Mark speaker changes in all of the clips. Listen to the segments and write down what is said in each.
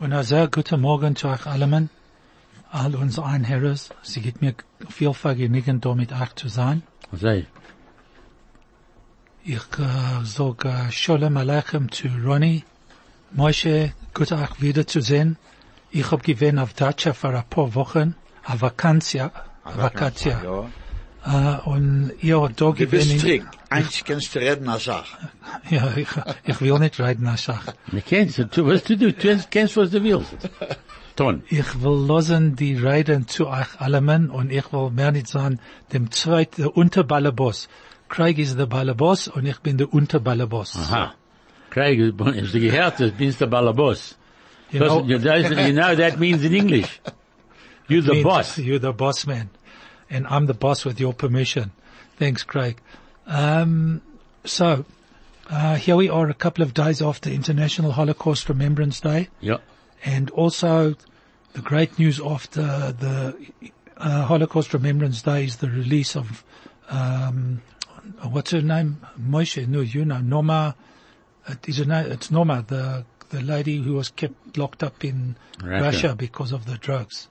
Speaker 1: Und ein sehr guter Morgen zu euch allen, all unsere Einherres. Sie gibt mir viel Vergnügen, da mit euch zu sein.
Speaker 2: Sei.
Speaker 1: Ich äh, sage äh, Shalom Aleichem zu Ronny. Moshe, gut euch wiederzusehen. Ich hab gewesen auf Datscha für ein paar Wochen, eine Vakantia, eine Vakantia.
Speaker 3: Ja.
Speaker 1: Äh, und ihr habt da
Speaker 3: Du bist
Speaker 1: gewesen...
Speaker 3: strikt. Eins kannst du reden als Sache.
Speaker 1: Ja, ich, ich will nicht reden, Herr Schach.
Speaker 2: Ne kennst du, was du du, du kennst was du willst. Ton.
Speaker 1: Ich will losen die Reden zu euch allen und ich will mehr nicht sagen, dem zweiten, der Unterballerboss. Craig ist der Ballerboss und ich bin der Unterballerboss.
Speaker 2: Aha. Uh-huh. Craig, if du gehört hast, bist der Ballerboss.
Speaker 1: You
Speaker 2: Das,
Speaker 1: know,
Speaker 2: you guys- you know, that means in English. You're the
Speaker 1: means
Speaker 2: boss.
Speaker 1: You're the boss man. And I'm the boss with your permission. Thanks, Craig. Um, so, uh, here we are a couple of days after International Holocaust Remembrance Day.
Speaker 2: Ja.
Speaker 1: and also the great news after the uh, Holocaust Remembrance Day is the release of um, what's her name, Moshe. No, you know Norma. It is her name, it's Norma, the the lady who was kept locked up in
Speaker 2: Russia.
Speaker 1: Russia, because of the drugs,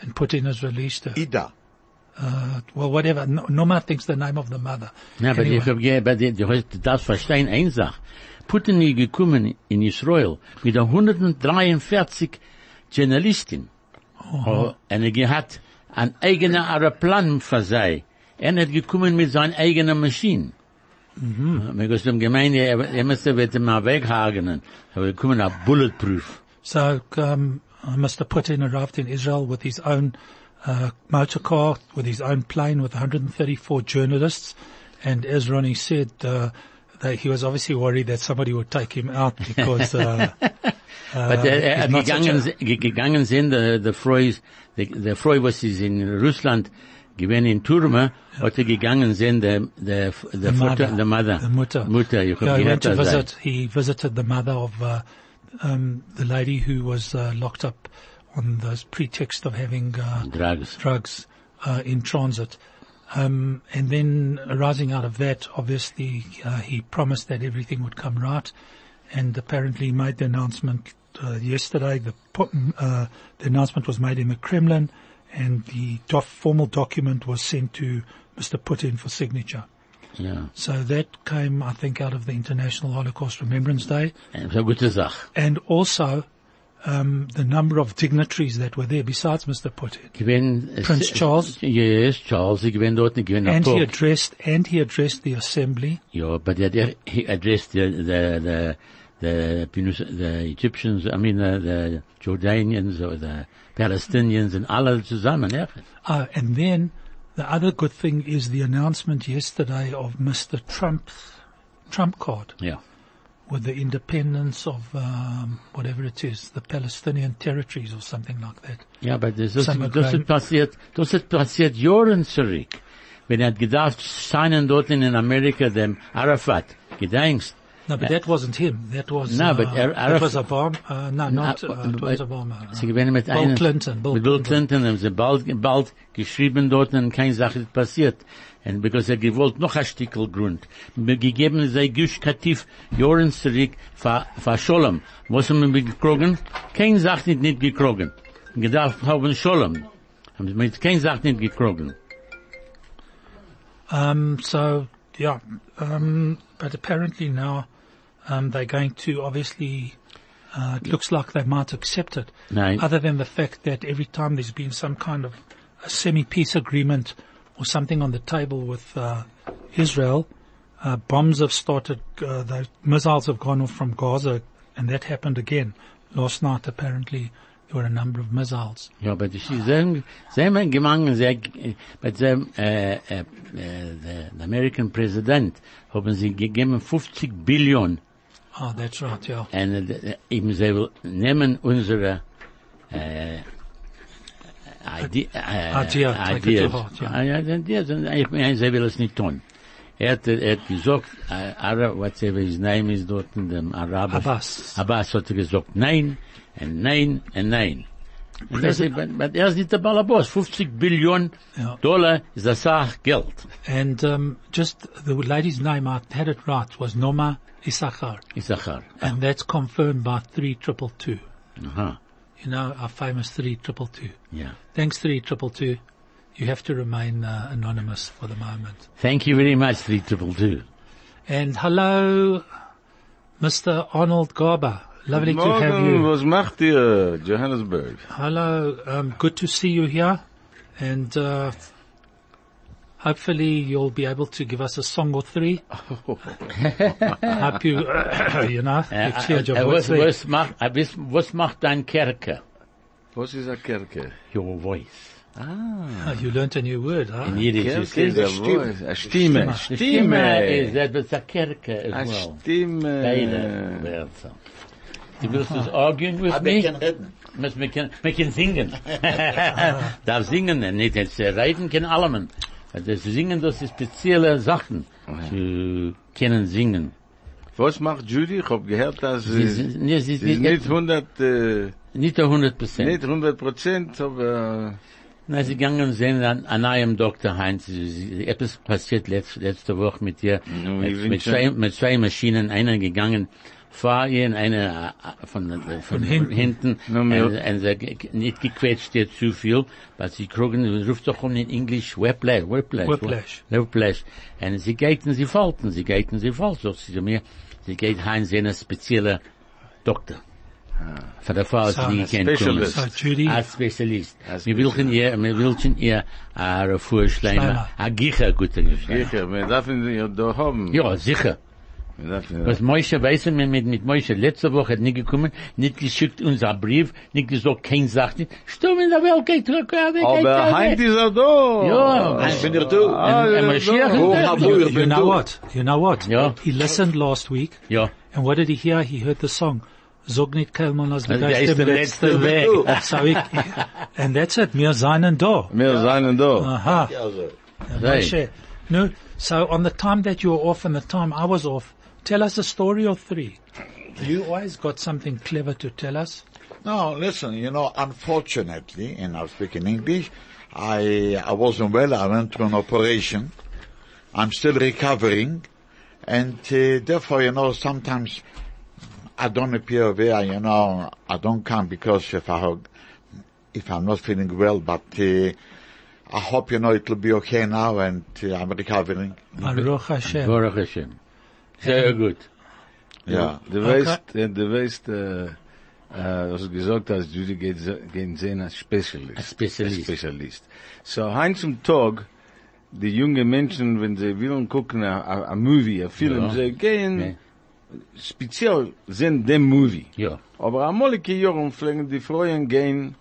Speaker 1: and Putin has released her.
Speaker 3: Ida.
Speaker 1: Uh, well, whatever. No, Norma thinks the name of the mother.
Speaker 2: Na, aber
Speaker 1: Anyway.
Speaker 2: ich hab ge, aber die- du hast- du darfst verstehen, eine Sache. Putin ist gekommen in Israel mit 143 Journalisten. Oh, und er hat ein eigener Aeroplan für sie. Er hat gekommen mit seiner eigenen Maschine. Mhm. Mir gesagt, dem Gemeinde, er, er müsste wird ihn mal weghagen. Aber gekommen ein Bulletproof.
Speaker 1: So um, Mr. Putin arrived in Israel with his own uh, motor car, with his own plane, with 134 journalists. And as Ronnie said, uh, that he was obviously worried that somebody would take him out because uh,
Speaker 2: But er,
Speaker 1: he's
Speaker 2: er, er
Speaker 1: Um, not
Speaker 2: gegangen,
Speaker 1: such
Speaker 2: ge- gegangen sind, äh, der, der Freud, der, der Freud, was ist in Russland gewesen in Turme, hat er gegangen sind, äh, der, der, der Vater, der Mutter.
Speaker 1: The mother.
Speaker 2: Mutter, ich hab
Speaker 1: yeah, he went
Speaker 2: gehört,
Speaker 1: to
Speaker 2: er sei.
Speaker 1: visit. He visited the mother of uh, um, the lady who was uh, locked up on the pretext of having uh,
Speaker 2: Drugs.
Speaker 1: drugs uh, in transit. Um, and then arising out of that, obviously, uh, he promised that everything would come right and apparently made the announcement uh, yesterday. The, po- uh, the announcement was made in the Kremlin and the doc- formal document was sent to Mr. Putin for signature.
Speaker 2: Ja.
Speaker 1: So that came, I think, out of the International Holocaust Remembrance Day
Speaker 2: Das ist Äh, eine gute Sache.
Speaker 1: and also um, the number of dignitaries that were there besides Mr. Putin.
Speaker 2: Gewinn,
Speaker 1: Prince Charles?
Speaker 2: äh, Yes, Charles, ich gewinn dort, ich gewinn
Speaker 1: And he
Speaker 2: Pope.
Speaker 1: addressed, and he addressed the assembly.
Speaker 2: Ja, but he, he addressed the, the, the, the, Tunis- the Egyptians, I mean, the, the Jordanians or the Palestinians and alle zusammen, ja.
Speaker 1: Uh, and then the other good thing is the announcement yesterday of Mr. Trump's Trump card
Speaker 2: Ja.
Speaker 1: with the independence of um, whatever it is, the Palestinian territories or something like that.
Speaker 2: Ja, aber das ist,
Speaker 1: Sag mal,
Speaker 2: das
Speaker 1: Klein.
Speaker 2: ist passiert, das ist passiert Jahren zurück. Wenn er hat gedacht, seinen dort in Amerika, dem Arafat, gedenkst.
Speaker 1: No, but that wasn't him. That was
Speaker 2: Uh, No,
Speaker 1: uh,
Speaker 2: but Ar-
Speaker 1: that
Speaker 2: Araf-
Speaker 1: was Obama. Uh, no, not uh, it was Obama.
Speaker 2: Ah, äh, Sie gewinnen mit
Speaker 1: Bill
Speaker 2: einem,
Speaker 1: Clinton, Bill
Speaker 2: mit Bill
Speaker 1: Clinton.
Speaker 2: Clinton, haben sie bald, bald geschrieben dort und keine Sache ist passiert. And because er gewollt noch ein Stickel Grund. Mir gegeben sei Güschkativ Jahren zurück, ver, verschollen. Was haben wir gekrogen? Keine Sache nicht, nicht gekrogen. Gedacht haben Scholem. Haben sie mit keine Sache nicht gekrogen.
Speaker 1: Um, so yeah, um, but apparently now um, they're going to obviously. Uh, it looks like they might accept it,
Speaker 2: Nein.
Speaker 1: other than the fact that every time there's been some kind of a semi-peace agreement or something on the table with uh, Israel, uh, bombs have started. Uh, the missiles have gone off from Gaza, and that happened again last night. Apparently, there were a number of missiles.
Speaker 2: Ja, aber die sind, sind wir gegangen, sehr, bei dem, äh, äh, äh, der der American President haben sie gegeben 50 Billion,
Speaker 1: Oh, that's right. Yeah.
Speaker 2: und äh, eben sie will nehmen unsere, eh, äh, Idee, äh,
Speaker 1: Idea, take it to heart, ja.
Speaker 2: Ah, ja, Ideas, und ich meine, sie will es nicht tun. Er hat, er hat gesagt, äh, Arab, whatever his name is dort in dem Araber.
Speaker 1: Abbas.
Speaker 2: Abbas hat gesagt, nein, und nein, und nein. Und das ist- but- but er ist nicht der Ballerboss. 50 Billionen
Speaker 1: Ja.
Speaker 2: Dollar ist das Sach Geld.
Speaker 1: And um, just the lady's name, I had it right, was Noma Issachar,
Speaker 2: Ich sag er.
Speaker 1: and that's confirmed by three triple two.
Speaker 2: Aha.
Speaker 1: You know, our famous 3222.
Speaker 2: Yeah.
Speaker 1: Thanks 3222. You have to remain uh, anonymous for the moment.
Speaker 2: Thank you very much, 3222.
Speaker 1: And hello, Mr. Arnold Garber. Lovely to have
Speaker 4: Morgen,
Speaker 1: you.
Speaker 4: was macht ihr, Johannesburg?
Speaker 1: Hello, um, good to see you here. And uh, hopefully you'll be able to give us a song or three. Hope you, you know,
Speaker 2: Äh,
Speaker 1: you've
Speaker 2: äh,
Speaker 1: cleared your
Speaker 2: äh,
Speaker 1: voice
Speaker 2: was,
Speaker 1: there.
Speaker 2: was, macht, äh, was, was macht dein Kerker?
Speaker 4: Was ist eine Kirche?
Speaker 2: Your voice.
Speaker 1: Ah, you learned a new word, huh?
Speaker 2: In Yiddish, you
Speaker 4: Kirche
Speaker 2: see.
Speaker 4: ist
Speaker 2: The
Speaker 4: eine Voice, eine Stimme.
Speaker 2: Stimme is,
Speaker 4: Stimme. Ah,
Speaker 2: that was a Kerker
Speaker 4: Eine
Speaker 2: as well. Beide
Speaker 4: Stimme.
Speaker 2: werken. Du willst uns arguing with
Speaker 3: Aber ich
Speaker 2: me?
Speaker 3: kann reden.
Speaker 2: Mas wir können, wir können singen. Darf singen, äh, nicht jetzt äh, reden können allemen. Das Also, Singen, das ist spezielle Sachen. Zu können singen.
Speaker 4: Was macht Judy? Ich hab gehört, dass
Speaker 2: Sie
Speaker 4: sie,
Speaker 2: sind- nee, sie
Speaker 4: sie ist
Speaker 2: sind
Speaker 4: nicht
Speaker 2: nicht
Speaker 4: 100, äh,
Speaker 2: nicht 100 Prozent.
Speaker 4: nicht 100 Prozent, aber äh,
Speaker 2: Na, sie gegangen sehen an, an einem Dr. Heinz. Sie- sie- Etwas passiert letzte, letzte Woche mit ihr.
Speaker 4: Nun, ich
Speaker 2: mit, mit,
Speaker 4: wünsche-
Speaker 2: zwei, mit zwei Maschinen, einer gegangen, vor ihr und einer äh, von, äh, von,
Speaker 1: hinten.
Speaker 2: hinten. hinten
Speaker 4: Nun, mir-
Speaker 2: und, und sie ge- nicht gequetscht ihr zu viel, weil sie kriegen, ruft doch um in Englisch Whiplash, Whiplash,
Speaker 1: Whiplash.
Speaker 2: Whiplash. Und sie gehten, sie falten, sie gehten, sie falten. So sie zu mir, sie geht Heinz, sie ist ein spezieller Doktor. Für der Fall,
Speaker 1: So,
Speaker 2: sie nie kennt.
Speaker 4: Ah. Specialist.
Speaker 1: So Judy,
Speaker 2: Als Spezialist.
Speaker 4: Als
Speaker 2: Wir wilken ihr, wir wilken ihr a Refuhrschleimer,
Speaker 1: Schleimer.
Speaker 2: a Ah, Gicha gute Geschleim.
Speaker 4: sicher, wir dürfen sie ja da haben.
Speaker 2: Ja, sicher.
Speaker 4: Wir dürfen-
Speaker 2: Was Moishe weiß, mir mit, mit Moishe letzte Woche hat nicht gekommen, nicht geschickt uns a Brief, nicht gesagt, kein Sach nicht. Sturm in der Welt, geht zurück, geht weg, geht
Speaker 4: Aber Heinz
Speaker 2: weg.
Speaker 4: ist er da.
Speaker 2: Ja.
Speaker 3: Ich bin doch du.
Speaker 4: Ah,
Speaker 2: Ein- ein
Speaker 4: er ist er da.
Speaker 2: Mashiach.
Speaker 4: Hoch
Speaker 2: Ja,
Speaker 4: am
Speaker 1: you,
Speaker 4: Uhr,
Speaker 1: you
Speaker 4: bin
Speaker 1: know
Speaker 4: du.
Speaker 1: what? You know what?
Speaker 2: Yeah.
Speaker 1: He listened last week,
Speaker 2: Ja,
Speaker 1: and what did he hear? He heard the song. Zognit Kelman als
Speaker 2: der ist der letzte Weg.
Speaker 1: So he, and that's it. Mir seinen da.
Speaker 4: Wir seien da.
Speaker 1: Aha.
Speaker 3: Ja, also.
Speaker 2: right.
Speaker 1: Moshe. No, so on the time that you were off and the time I was off, tell us a story or three. You always got something clever to tell us.
Speaker 3: No, listen, you know, unfortunately, and I'll speak in English, I, I wasn't well. I went through an operation. I'm still recovering. And uh, therefore, you know, sometimes I don't appear there, you know, I don't come because if I, if I'm not feeling well, but uh, I hope, you know, it'll be okay now and uh, I'm recovering.
Speaker 1: Baruch Hashem.
Speaker 2: Baruch Hashem. Sehr gut.
Speaker 3: Yeah.
Speaker 4: Du weißt, äh, du weißt, äh, äh, was du gesagt hast, Judy geht se- gehen sehen als Spezialist.
Speaker 2: Als Spezialist.
Speaker 4: Als Spezialist. So, Heinz zum Tag, die junge Menschen, wenn sie wollen gucken, a, a, a movie, a Film,
Speaker 2: Ja.
Speaker 4: sie gehen,
Speaker 2: Ja.
Speaker 4: speziell sehen dem Movie.
Speaker 2: Ja,
Speaker 4: Aber am Molike Jahren pflegen die Freuen gehen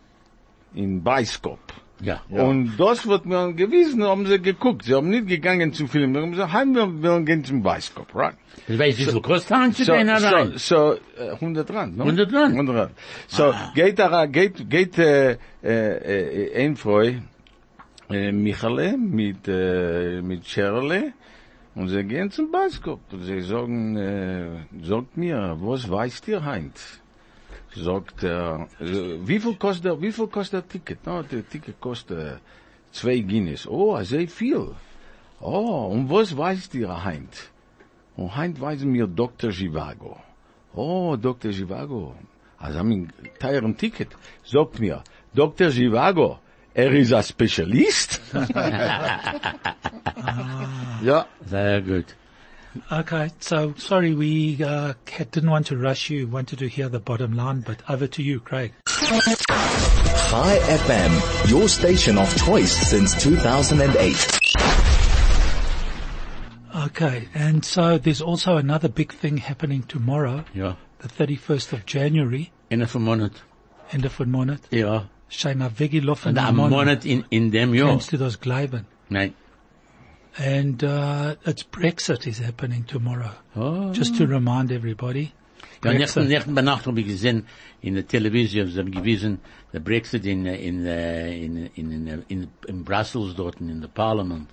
Speaker 4: in Beiskop.
Speaker 2: ja.
Speaker 4: Und das wird mir angewiesen, haben sie geguckt. Sie haben nicht gegangen zum Film, sie haben gesagt, heim, wir wollen gehen zum Beiskop, right?
Speaker 2: Ich weiß, wie viel kostet Hans, ich
Speaker 4: So,
Speaker 2: bin
Speaker 4: so,
Speaker 2: rein.
Speaker 4: so, äh, 100 Rand, no?
Speaker 2: 100 Rand.
Speaker 4: 100 Rand. So, geht da, ra- geht, geht, äh, äh, äh, ein Freu, äh, Michale mit, äh, mit Scherle, und sie gehen zum Beiskop, und sie sagen, äh, sagt mir, was weißt ihr, Heinz? Sagt, äh, äh, wie viel kostet, der- wie viel kostet der Ticket? No, der Ticket kostet, äh, zwei Guinness. Oh, sehr viel. Oh, und was weißt ihr, Heinz? Und heint weisen mir Dr. Zhivago. Oh, Dr. Zhivago. Also haben ihn teuren Ticket. Sagt mir, Dr. Zhivago, er ist ein Spezialist? ja.
Speaker 2: Sehr gut.
Speaker 1: Okay, so sorry we uh, ca- didn't want to rush you, wanted to hear the bottom line, but over to you, Craig.
Speaker 5: Hi FM, your station of choice since 2008.
Speaker 1: Okay, and so there's also another big thing happening tomorrow,
Speaker 2: Ja.
Speaker 1: the 31st of January,
Speaker 2: Einer vom Monat.
Speaker 1: end of the month.
Speaker 2: Ja.
Speaker 1: Shema Vigilof and
Speaker 2: Und am Monat in, in dem Jahr.
Speaker 1: Against those Gleiben.
Speaker 2: Nein.
Speaker 1: And uh, it's Brexit is happening tomorrow.
Speaker 2: Oh.
Speaker 1: Just to remind everybody.
Speaker 2: Ja, nächsten, nächsten Nacht habe ich gesehen, in der Television, sie haben gewiesen, der Brexit in, äh, in, äh, in, in, in, äh, in, in Brussels dort, in der Parlament.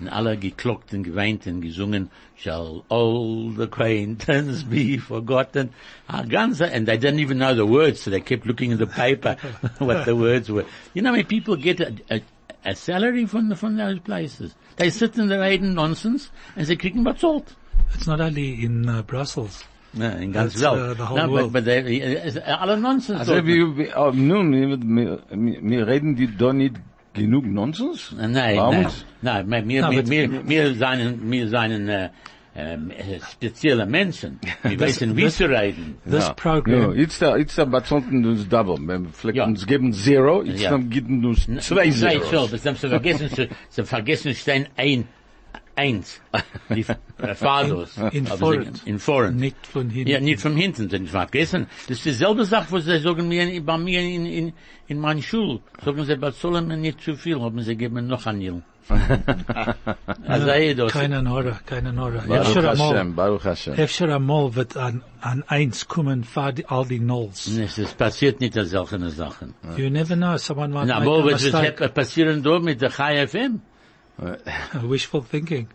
Speaker 2: Und alle geklockt und geweint und gesungen, shall all acquaintance be forgotten. A ganze, and they didn't even know the words, so they kept looking in the paper what the words were. You know, when people get a, a, a salary from, the, from those places, they sit in the reden nonsense and they kriegen bezahlt.
Speaker 1: It's not only in uh, Brussels.
Speaker 2: Ja, in ganz
Speaker 1: That's, uh,
Speaker 2: wel.
Speaker 1: the whole
Speaker 2: Ja, maar-
Speaker 1: world.
Speaker 2: maar de- eh, is alle nonsens.
Speaker 4: Also, wir, wir, ah, nun, wir- wir, wir reden die doch nicht genug Nonsens?
Speaker 2: Äh, Nein, nein,
Speaker 4: Warum?
Speaker 2: nein, nein, wir,
Speaker 1: Na,
Speaker 2: wir,
Speaker 1: wat-
Speaker 2: wir, wir seien, wir seien, äh, ähm, äh, spezielle Menschen. Wir wissen, wie
Speaker 1: das-
Speaker 2: zu reden.
Speaker 1: This
Speaker 4: Ja.
Speaker 1: program
Speaker 4: Ja, jetzt da, jetzt da, was sollten uns double? Wenn vielleicht
Speaker 2: Ja.
Speaker 4: uns geben zero, jetzt
Speaker 2: Ja.
Speaker 4: dann geben uns zwei
Speaker 2: Zwei
Speaker 4: zero.
Speaker 2: Zoll, das haben sie vergessen, zu- sie vergessen stehen ein, eins. Die äh, Fados.
Speaker 1: in
Speaker 2: Aber sie-
Speaker 1: Forend.
Speaker 2: In Foreign.
Speaker 1: nicht von hinten.
Speaker 2: Ja, nicht von hinten, denn ich vergessen. Das ist dieselbe Sache, was sie sagen mir in- bei mir in, in, in meiner Schule. Sagen sie, was sollen mir nicht zu viel, haben sie geben mir noch ein Nil. Also, eh, das.
Speaker 1: Keinen Horror, keinen Horror.
Speaker 4: Baruch
Speaker 1: Efter einmal,
Speaker 4: Hashem, Baruch Hashem.
Speaker 1: efter einmal wird an, an eins kommen, fahr die, all die Nulls.
Speaker 2: Es ist passiert nicht als solche Sachen.
Speaker 1: You never know, someone might
Speaker 2: Na,
Speaker 1: make
Speaker 2: wo
Speaker 1: a
Speaker 2: wird es
Speaker 1: mistake.
Speaker 2: hep- passieren dort mit der KFM?
Speaker 1: Wishful thinking.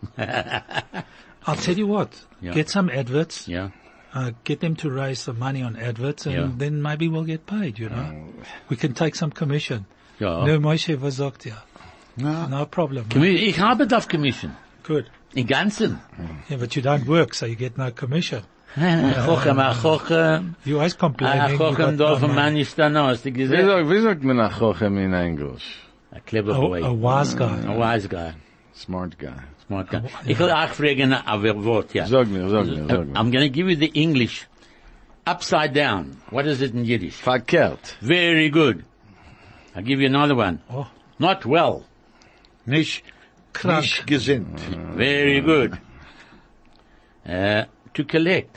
Speaker 1: I'll tell you what,
Speaker 2: Yeah.
Speaker 1: get some adverts,
Speaker 2: Ja.
Speaker 1: uh, get them to raise some money on adverts and
Speaker 2: Yeah.
Speaker 1: then maybe we'll get paid, you know. We can take some commission.
Speaker 2: Ja.
Speaker 1: No, Moshe, was sagt ihr?
Speaker 3: No.
Speaker 1: No problem.
Speaker 2: Gemi- Ich habe DAF Commission.
Speaker 1: Good.
Speaker 2: Im Ganzen.
Speaker 1: Yeah, but you don't work, so you get no commission.
Speaker 2: Achochem, Achochem,
Speaker 1: You always
Speaker 4: Ah,
Speaker 1: complaining. you got
Speaker 2: Achochem,
Speaker 1: no
Speaker 2: Dorf,
Speaker 1: money.
Speaker 2: Mann ist da noch, hast du
Speaker 4: Wie
Speaker 2: gesehen?
Speaker 4: sagt, wie sagt man Achochem in Englisch?
Speaker 2: A clever
Speaker 1: A, a
Speaker 2: boy.
Speaker 1: wise guy.
Speaker 4: Mm.
Speaker 2: A wise guy.
Speaker 4: Smart guy.
Speaker 2: Smart guy. Ich will auch fragen, aber Wort, ja.
Speaker 4: Sag mir, sag mir, sag mir.
Speaker 2: Uh, I'm gonna give you the English. Upside down. What is it in Yiddish?
Speaker 4: Verkehrt.
Speaker 2: Very good. I'll give you another one.
Speaker 1: Oh,
Speaker 2: Not well.
Speaker 3: Nicht,
Speaker 1: krank.
Speaker 3: nicht gesinnt.
Speaker 2: Very good. Uh, to collect.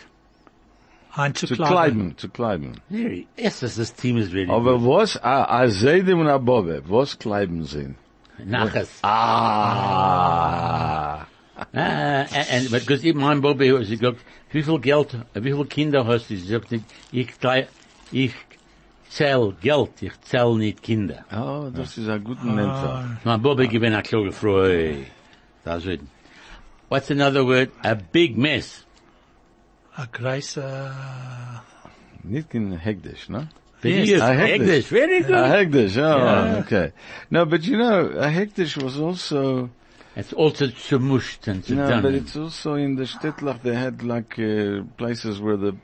Speaker 4: Zu
Speaker 1: Einzukleiden.
Speaker 4: kleiden, zu kleiden.
Speaker 2: Very. Yes, yes, this team is very
Speaker 4: Aber was, a, a Seidem und a Bobbe, was kleiden sind?
Speaker 2: good. Nachas.
Speaker 4: Ah.
Speaker 2: Ah, and, and because in mein Bobby was gesagt, wie viel Geld, wie viel Kinder hast du? Sie sagt, nicht, ich teil, ich zähl Geld, ich zähl nicht Kinder.
Speaker 4: Oh, das ist ein guter Mensch.
Speaker 2: Mein Bobby gibt eine kluge Freude. Das wird. What's another word? A big mess.
Speaker 1: A grace, uh,
Speaker 4: Nicht in Hegdisch, ne?
Speaker 1: Yes,
Speaker 2: Yes,
Speaker 4: I had this.
Speaker 2: English. Very good.
Speaker 4: A Hegdisch, oh, okay. No, but you know, a Hegdisch was also,
Speaker 2: It's also zermuscht and
Speaker 4: no, but
Speaker 2: zerdone.
Speaker 4: it's also in the Stettlach, they had like uh, places where the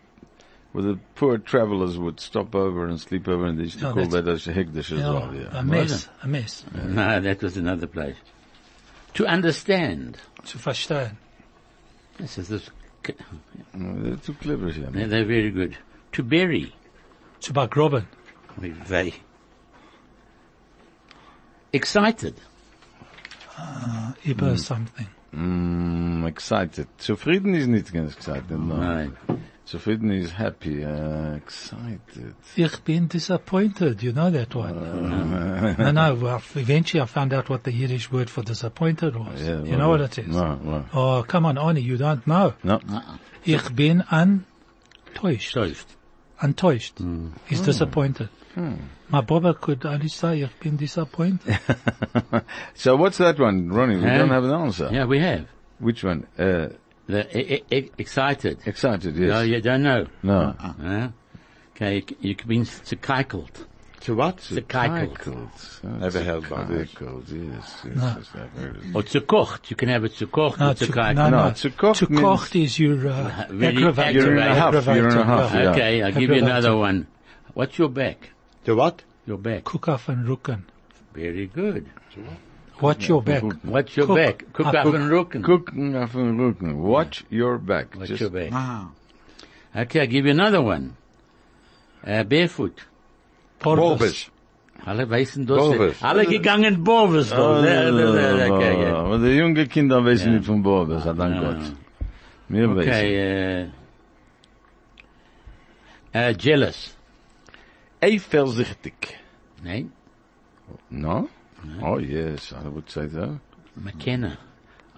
Speaker 4: where the poor travelers would stop over and sleep over, and they used to
Speaker 1: No,
Speaker 4: call
Speaker 1: that's-
Speaker 4: that as a Hegdisch as
Speaker 1: yeah,
Speaker 4: well, yeah.
Speaker 1: a mess, a mess.
Speaker 2: No, that was another place. To understand.
Speaker 1: Zu verstehen.
Speaker 2: This is this.
Speaker 4: Mm, They're too clever, yeah.
Speaker 2: They're they're very good. To bury.
Speaker 1: Zu begraben.
Speaker 2: Very- Very. Excited.
Speaker 1: Über something.
Speaker 4: Mm, excited. Zufrieden is nicht ganz excited, no.
Speaker 2: Nein.
Speaker 4: Zufrieden is happy, uh, excited.
Speaker 1: Ich bin disappointed, you know that one.
Speaker 4: Uh,
Speaker 1: no, no, well, eventually I found out what the Yiddish word for disappointed was.
Speaker 4: Yeah,
Speaker 1: you
Speaker 4: well,
Speaker 1: know what it is?
Speaker 4: No, no.
Speaker 1: Oh, come on, Arnie, you don't know.
Speaker 4: No.
Speaker 1: Ich bin enttäuscht.
Speaker 2: Toast.
Speaker 1: Enttäuscht.
Speaker 4: Mm.
Speaker 1: He's disappointed. My Baba could only say, ich bin disappointed.
Speaker 4: So what's that one, Ronnie? We
Speaker 2: Huh?
Speaker 4: don't have an answer.
Speaker 2: Yeah, we have.
Speaker 4: Which one? Uh,
Speaker 2: The e- e- e- excited.
Speaker 4: excited, yes.
Speaker 2: No, you don't know.
Speaker 4: No.
Speaker 2: Huh? Okay, you- you mean zerkeikelt.
Speaker 3: To what?
Speaker 2: Zerkeikelt.
Speaker 3: Never heard about this.
Speaker 4: Cold, yes, yes, yes, I've heard it.
Speaker 2: Or zerkocht. You can have it zerkocht
Speaker 1: Ah, No,
Speaker 2: or
Speaker 1: zu,
Speaker 2: zerkeikelt.
Speaker 4: no, zu kocht
Speaker 1: zu
Speaker 4: means-
Speaker 1: kocht is your uh,
Speaker 2: Really
Speaker 1: aggravator.
Speaker 2: Year and a half,
Speaker 4: year and a half,
Speaker 1: aggravator, yeah.
Speaker 4: yeah.
Speaker 2: Okay, I'll give you
Speaker 1: Aggravator.
Speaker 2: another one. What's your back?
Speaker 3: To what?
Speaker 2: Your back.
Speaker 1: Cook off and rucken.
Speaker 2: Very good.
Speaker 1: Watch your back.
Speaker 2: What's your
Speaker 1: Cook.
Speaker 2: back? Cook
Speaker 1: Ah,
Speaker 2: up
Speaker 1: cook.
Speaker 2: and rookin.
Speaker 4: Gucken auf den Rücken. Watch your back.
Speaker 2: What's
Speaker 4: Just-
Speaker 2: your back?
Speaker 3: Ah.
Speaker 2: Okay, I'll give you another one. Uh, barefoot.
Speaker 3: Borbus.
Speaker 2: Alle weißen das.
Speaker 3: Bovis.
Speaker 2: Alle gegangen Bovis.
Speaker 4: Oh,
Speaker 2: Ja, ja, ja, okay, ja.
Speaker 4: Aber die junge Kinder wissen
Speaker 2: Ja.
Speaker 4: nicht von Bobe, sei Dank
Speaker 2: Ja.
Speaker 4: Gott. Wir wissen.
Speaker 2: Okay, uh, uh, jealous.
Speaker 4: Eifersüchtig.
Speaker 2: Nee,
Speaker 4: No? Oh yes, I would say that.
Speaker 2: McKenna.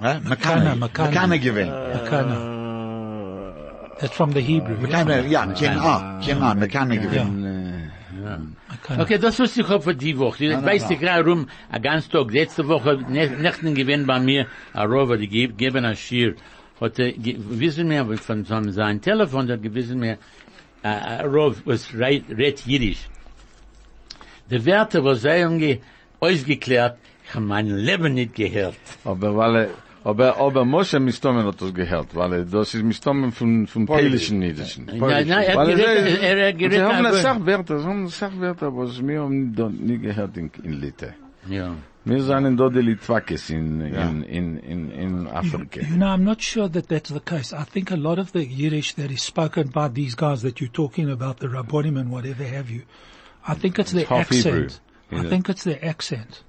Speaker 3: Eh?
Speaker 1: Makana,
Speaker 3: Makana.
Speaker 1: Makana.
Speaker 3: Makana
Speaker 1: Eh.
Speaker 3: gewinnt.
Speaker 4: Uh,
Speaker 1: Makana. That's from the Hebrew.
Speaker 3: Makana, ja, Kena, Kena, Makana gewinnt.
Speaker 4: Nee.
Speaker 1: Makana.
Speaker 2: Okay, das was ich hoffe die Woche. Ich weiß nicht gerade rum, a ganz Tag, letzte Woche, ne- nächten gewinn bei mir, a Rover, die ge- geben a Schier, hat er gewissen mir von von seinem Telefon, hat gewissen mir, a a Rover, was reit red Jiddisch. Der Werte, was er umge, ausgeklärt, ich hab mein Leben nicht gehört.
Speaker 4: Aber weil er, Aber, aber Moshe Mistomen hat das gehört, weil er- das ist Mistomen von, von Pelischen Niederschen.
Speaker 2: Nein, nein, er hat
Speaker 4: Weil
Speaker 2: geredet,
Speaker 4: er-
Speaker 2: er hat
Speaker 4: Sie
Speaker 2: geredet.
Speaker 4: haben eine
Speaker 2: aber-
Speaker 4: Sachwerte, sie haben eine Sachwerte, aber es mir haben nie, dort nie gehört in, in Litte.
Speaker 2: Ja.
Speaker 4: Wir sind dort die Litwakis in, in, in, in, in Afrika.
Speaker 1: You know, I'm not sure that that's the case. I think a lot of the Yiddish that is spoken by these guys that you're talking about, the Rabbonim and whatever have you, I think it's their
Speaker 4: half Hebrew,
Speaker 1: accent.
Speaker 4: isn't
Speaker 1: I
Speaker 4: it?
Speaker 1: think it's their accent.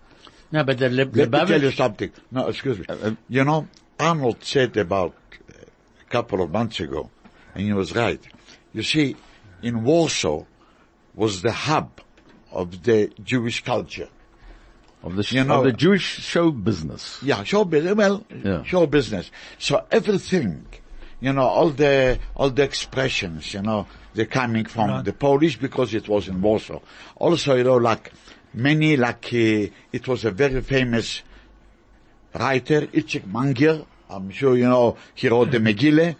Speaker 2: No, but the Leb-
Speaker 3: Let me tell you
Speaker 2: Lubavitch,
Speaker 3: something. No, excuse me. You know, Arnold said about uh, a couple of months ago, and he was right. You see, in Warsaw was the hub of the Jewish culture.
Speaker 4: Of the,
Speaker 3: You know-
Speaker 4: of the Jewish show business.
Speaker 3: Yeah, show business. Well,
Speaker 4: Yeah.
Speaker 3: show business. So everything, you know, all the all the expressions, you know, they're coming from the Polish because it was in Warsaw. Also, you know, like many, like uh, it was a very famous writer, Itzhak Manger. I'm sure you know he wrote the Megillah.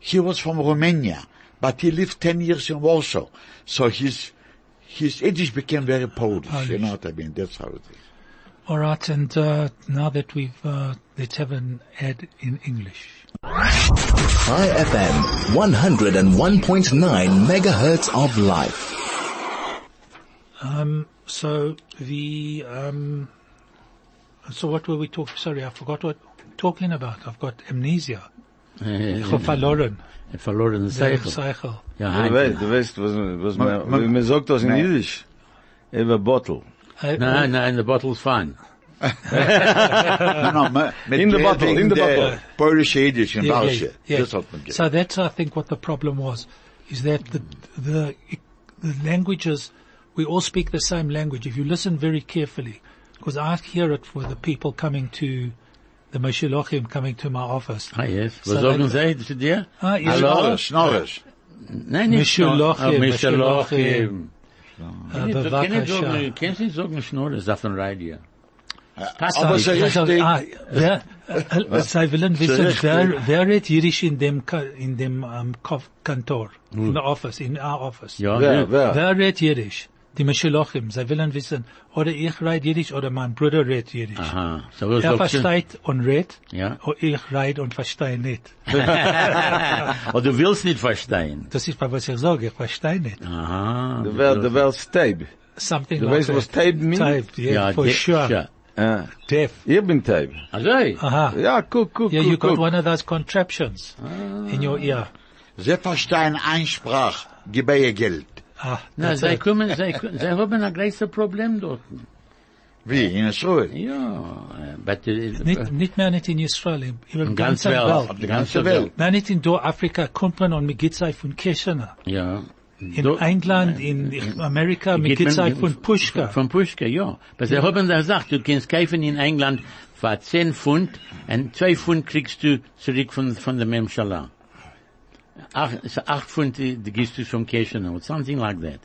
Speaker 3: He was from Romania, but he lived ten years in Warsaw. So his his Yiddish became very Polish. You know what I mean? That's how it is.
Speaker 1: All right, and uh, now that we've uh, let's have an ad in English.
Speaker 5: Hi FM 101.9 megahertz of life.
Speaker 1: So the um, so what were we talking? Sorry, I forgot what talking about. I've got amnesia.
Speaker 2: eh,
Speaker 1: Verloren.
Speaker 2: verloren de zegel.
Speaker 1: Cycle.
Speaker 2: Ja,
Speaker 4: Du
Speaker 2: Heinz.
Speaker 4: weißt, du weißt, was, man- was
Speaker 3: Man-
Speaker 4: man,
Speaker 3: man-
Speaker 4: man, man sagt das in
Speaker 3: Nee.
Speaker 4: Jiddisch. Ever bottle.
Speaker 1: Uh,
Speaker 2: No, no, and the bottle's fine.
Speaker 3: No, no, ma- mit
Speaker 4: In the
Speaker 3: der-
Speaker 4: bottle,
Speaker 3: wegen
Speaker 4: in the
Speaker 3: der
Speaker 4: bottle.
Speaker 3: Polnische Yiddish in
Speaker 1: Yeah, yeah,
Speaker 3: Warschau.
Speaker 1: yeah.
Speaker 3: Das hat man gesagt.
Speaker 1: So that's, I think, what the problem was, is that the, the, the languages, we all speak the same language. If you listen very carefully, because I hear it for the people coming to, the Meshilochim coming to my office.
Speaker 2: Ah, yes.
Speaker 1: So
Speaker 2: Was sagen
Speaker 1: like-
Speaker 2: Sie zu dir?
Speaker 1: Ah, yes.
Speaker 2: Hallo?
Speaker 3: Norris, Norris.
Speaker 2: Nein, nicht
Speaker 1: Mischulochim,
Speaker 2: Schnorr. Ah, Mischulochim.
Speaker 1: Mischulochim.
Speaker 2: Kann ich-
Speaker 1: Aber
Speaker 2: kann ich
Speaker 1: Wacker
Speaker 2: sagen,
Speaker 1: Schach.
Speaker 2: Kennst du nicht sagen Schnorr? Das darf ein Radio.
Speaker 4: Äh,
Speaker 2: Passt
Speaker 3: aber
Speaker 2: auf.
Speaker 3: so-
Speaker 1: Also,
Speaker 3: richtig.
Speaker 1: ah, wer, äh, Sie wollen wissen,
Speaker 3: richtig.
Speaker 1: wer, wer redet Jiddisch in dem, Ka- in dem, ähm, Kof- Kantor, in der Office, in our office?
Speaker 2: Ja,
Speaker 4: Wer,
Speaker 2: ja.
Speaker 4: wer?
Speaker 1: Wer redet Jiddisch? Die Meshilochim, sie wollen wissen, oder ich rede Jiddisch oder mein Bruder redet Jiddisch.
Speaker 2: Aha. So, was
Speaker 1: Er
Speaker 2: sagst du?
Speaker 1: versteht und redet,
Speaker 2: Ja.
Speaker 1: und ich rede und verstehe nicht.
Speaker 2: Oh, du willst nicht verstehen.
Speaker 1: Das ist, was ich sage, ich verstehe nicht.
Speaker 2: Aha.
Speaker 4: Du wärst, du wärst Taib.
Speaker 1: Something
Speaker 4: Du
Speaker 1: like
Speaker 4: weißt,
Speaker 1: that.
Speaker 4: was Taib means?
Speaker 1: Tape, yeah,
Speaker 2: Ja,
Speaker 1: for
Speaker 2: de-
Speaker 1: sure. Ah,
Speaker 2: ja.
Speaker 4: Ah,
Speaker 1: Deaf.
Speaker 4: ich bin Taib.
Speaker 2: Also, hey.
Speaker 1: Aha.
Speaker 4: Ja, guck, guck,
Speaker 1: Yeah, you
Speaker 4: guck,
Speaker 1: got
Speaker 4: guck.
Speaker 1: one of those contraptions in your ear.
Speaker 3: Sie verstehen Einsprach, gib ihr Geld.
Speaker 1: Ah,
Speaker 2: Na,
Speaker 1: that's
Speaker 2: sie
Speaker 1: it.
Speaker 2: kommen, sie, sie haben ein großes Problem dort.
Speaker 3: Wie, in Israel?
Speaker 2: Ja, äh, but, äh,
Speaker 1: Nicht, nicht mehr nicht in Israel, im
Speaker 2: in ganz
Speaker 1: ganzen
Speaker 2: Welt,
Speaker 1: Welt.
Speaker 2: die ganze Welt.
Speaker 1: Nein, nicht in Dorafrika, kommt man und mit Gizai von Kirchener.
Speaker 2: Ja.
Speaker 1: In England, in ich- Amerika, mit
Speaker 2: Geht man-
Speaker 1: Gizai von Puschka.
Speaker 2: Von Puschka, ja. Aber sie haben da gesagt, du kannst kaufen in England für 10 Pfund und 2 Pfund kriegst du zurück von, von der Memschala. Ach, so 8 Pfund äh, die gibst du zum Kirchener, or something like that.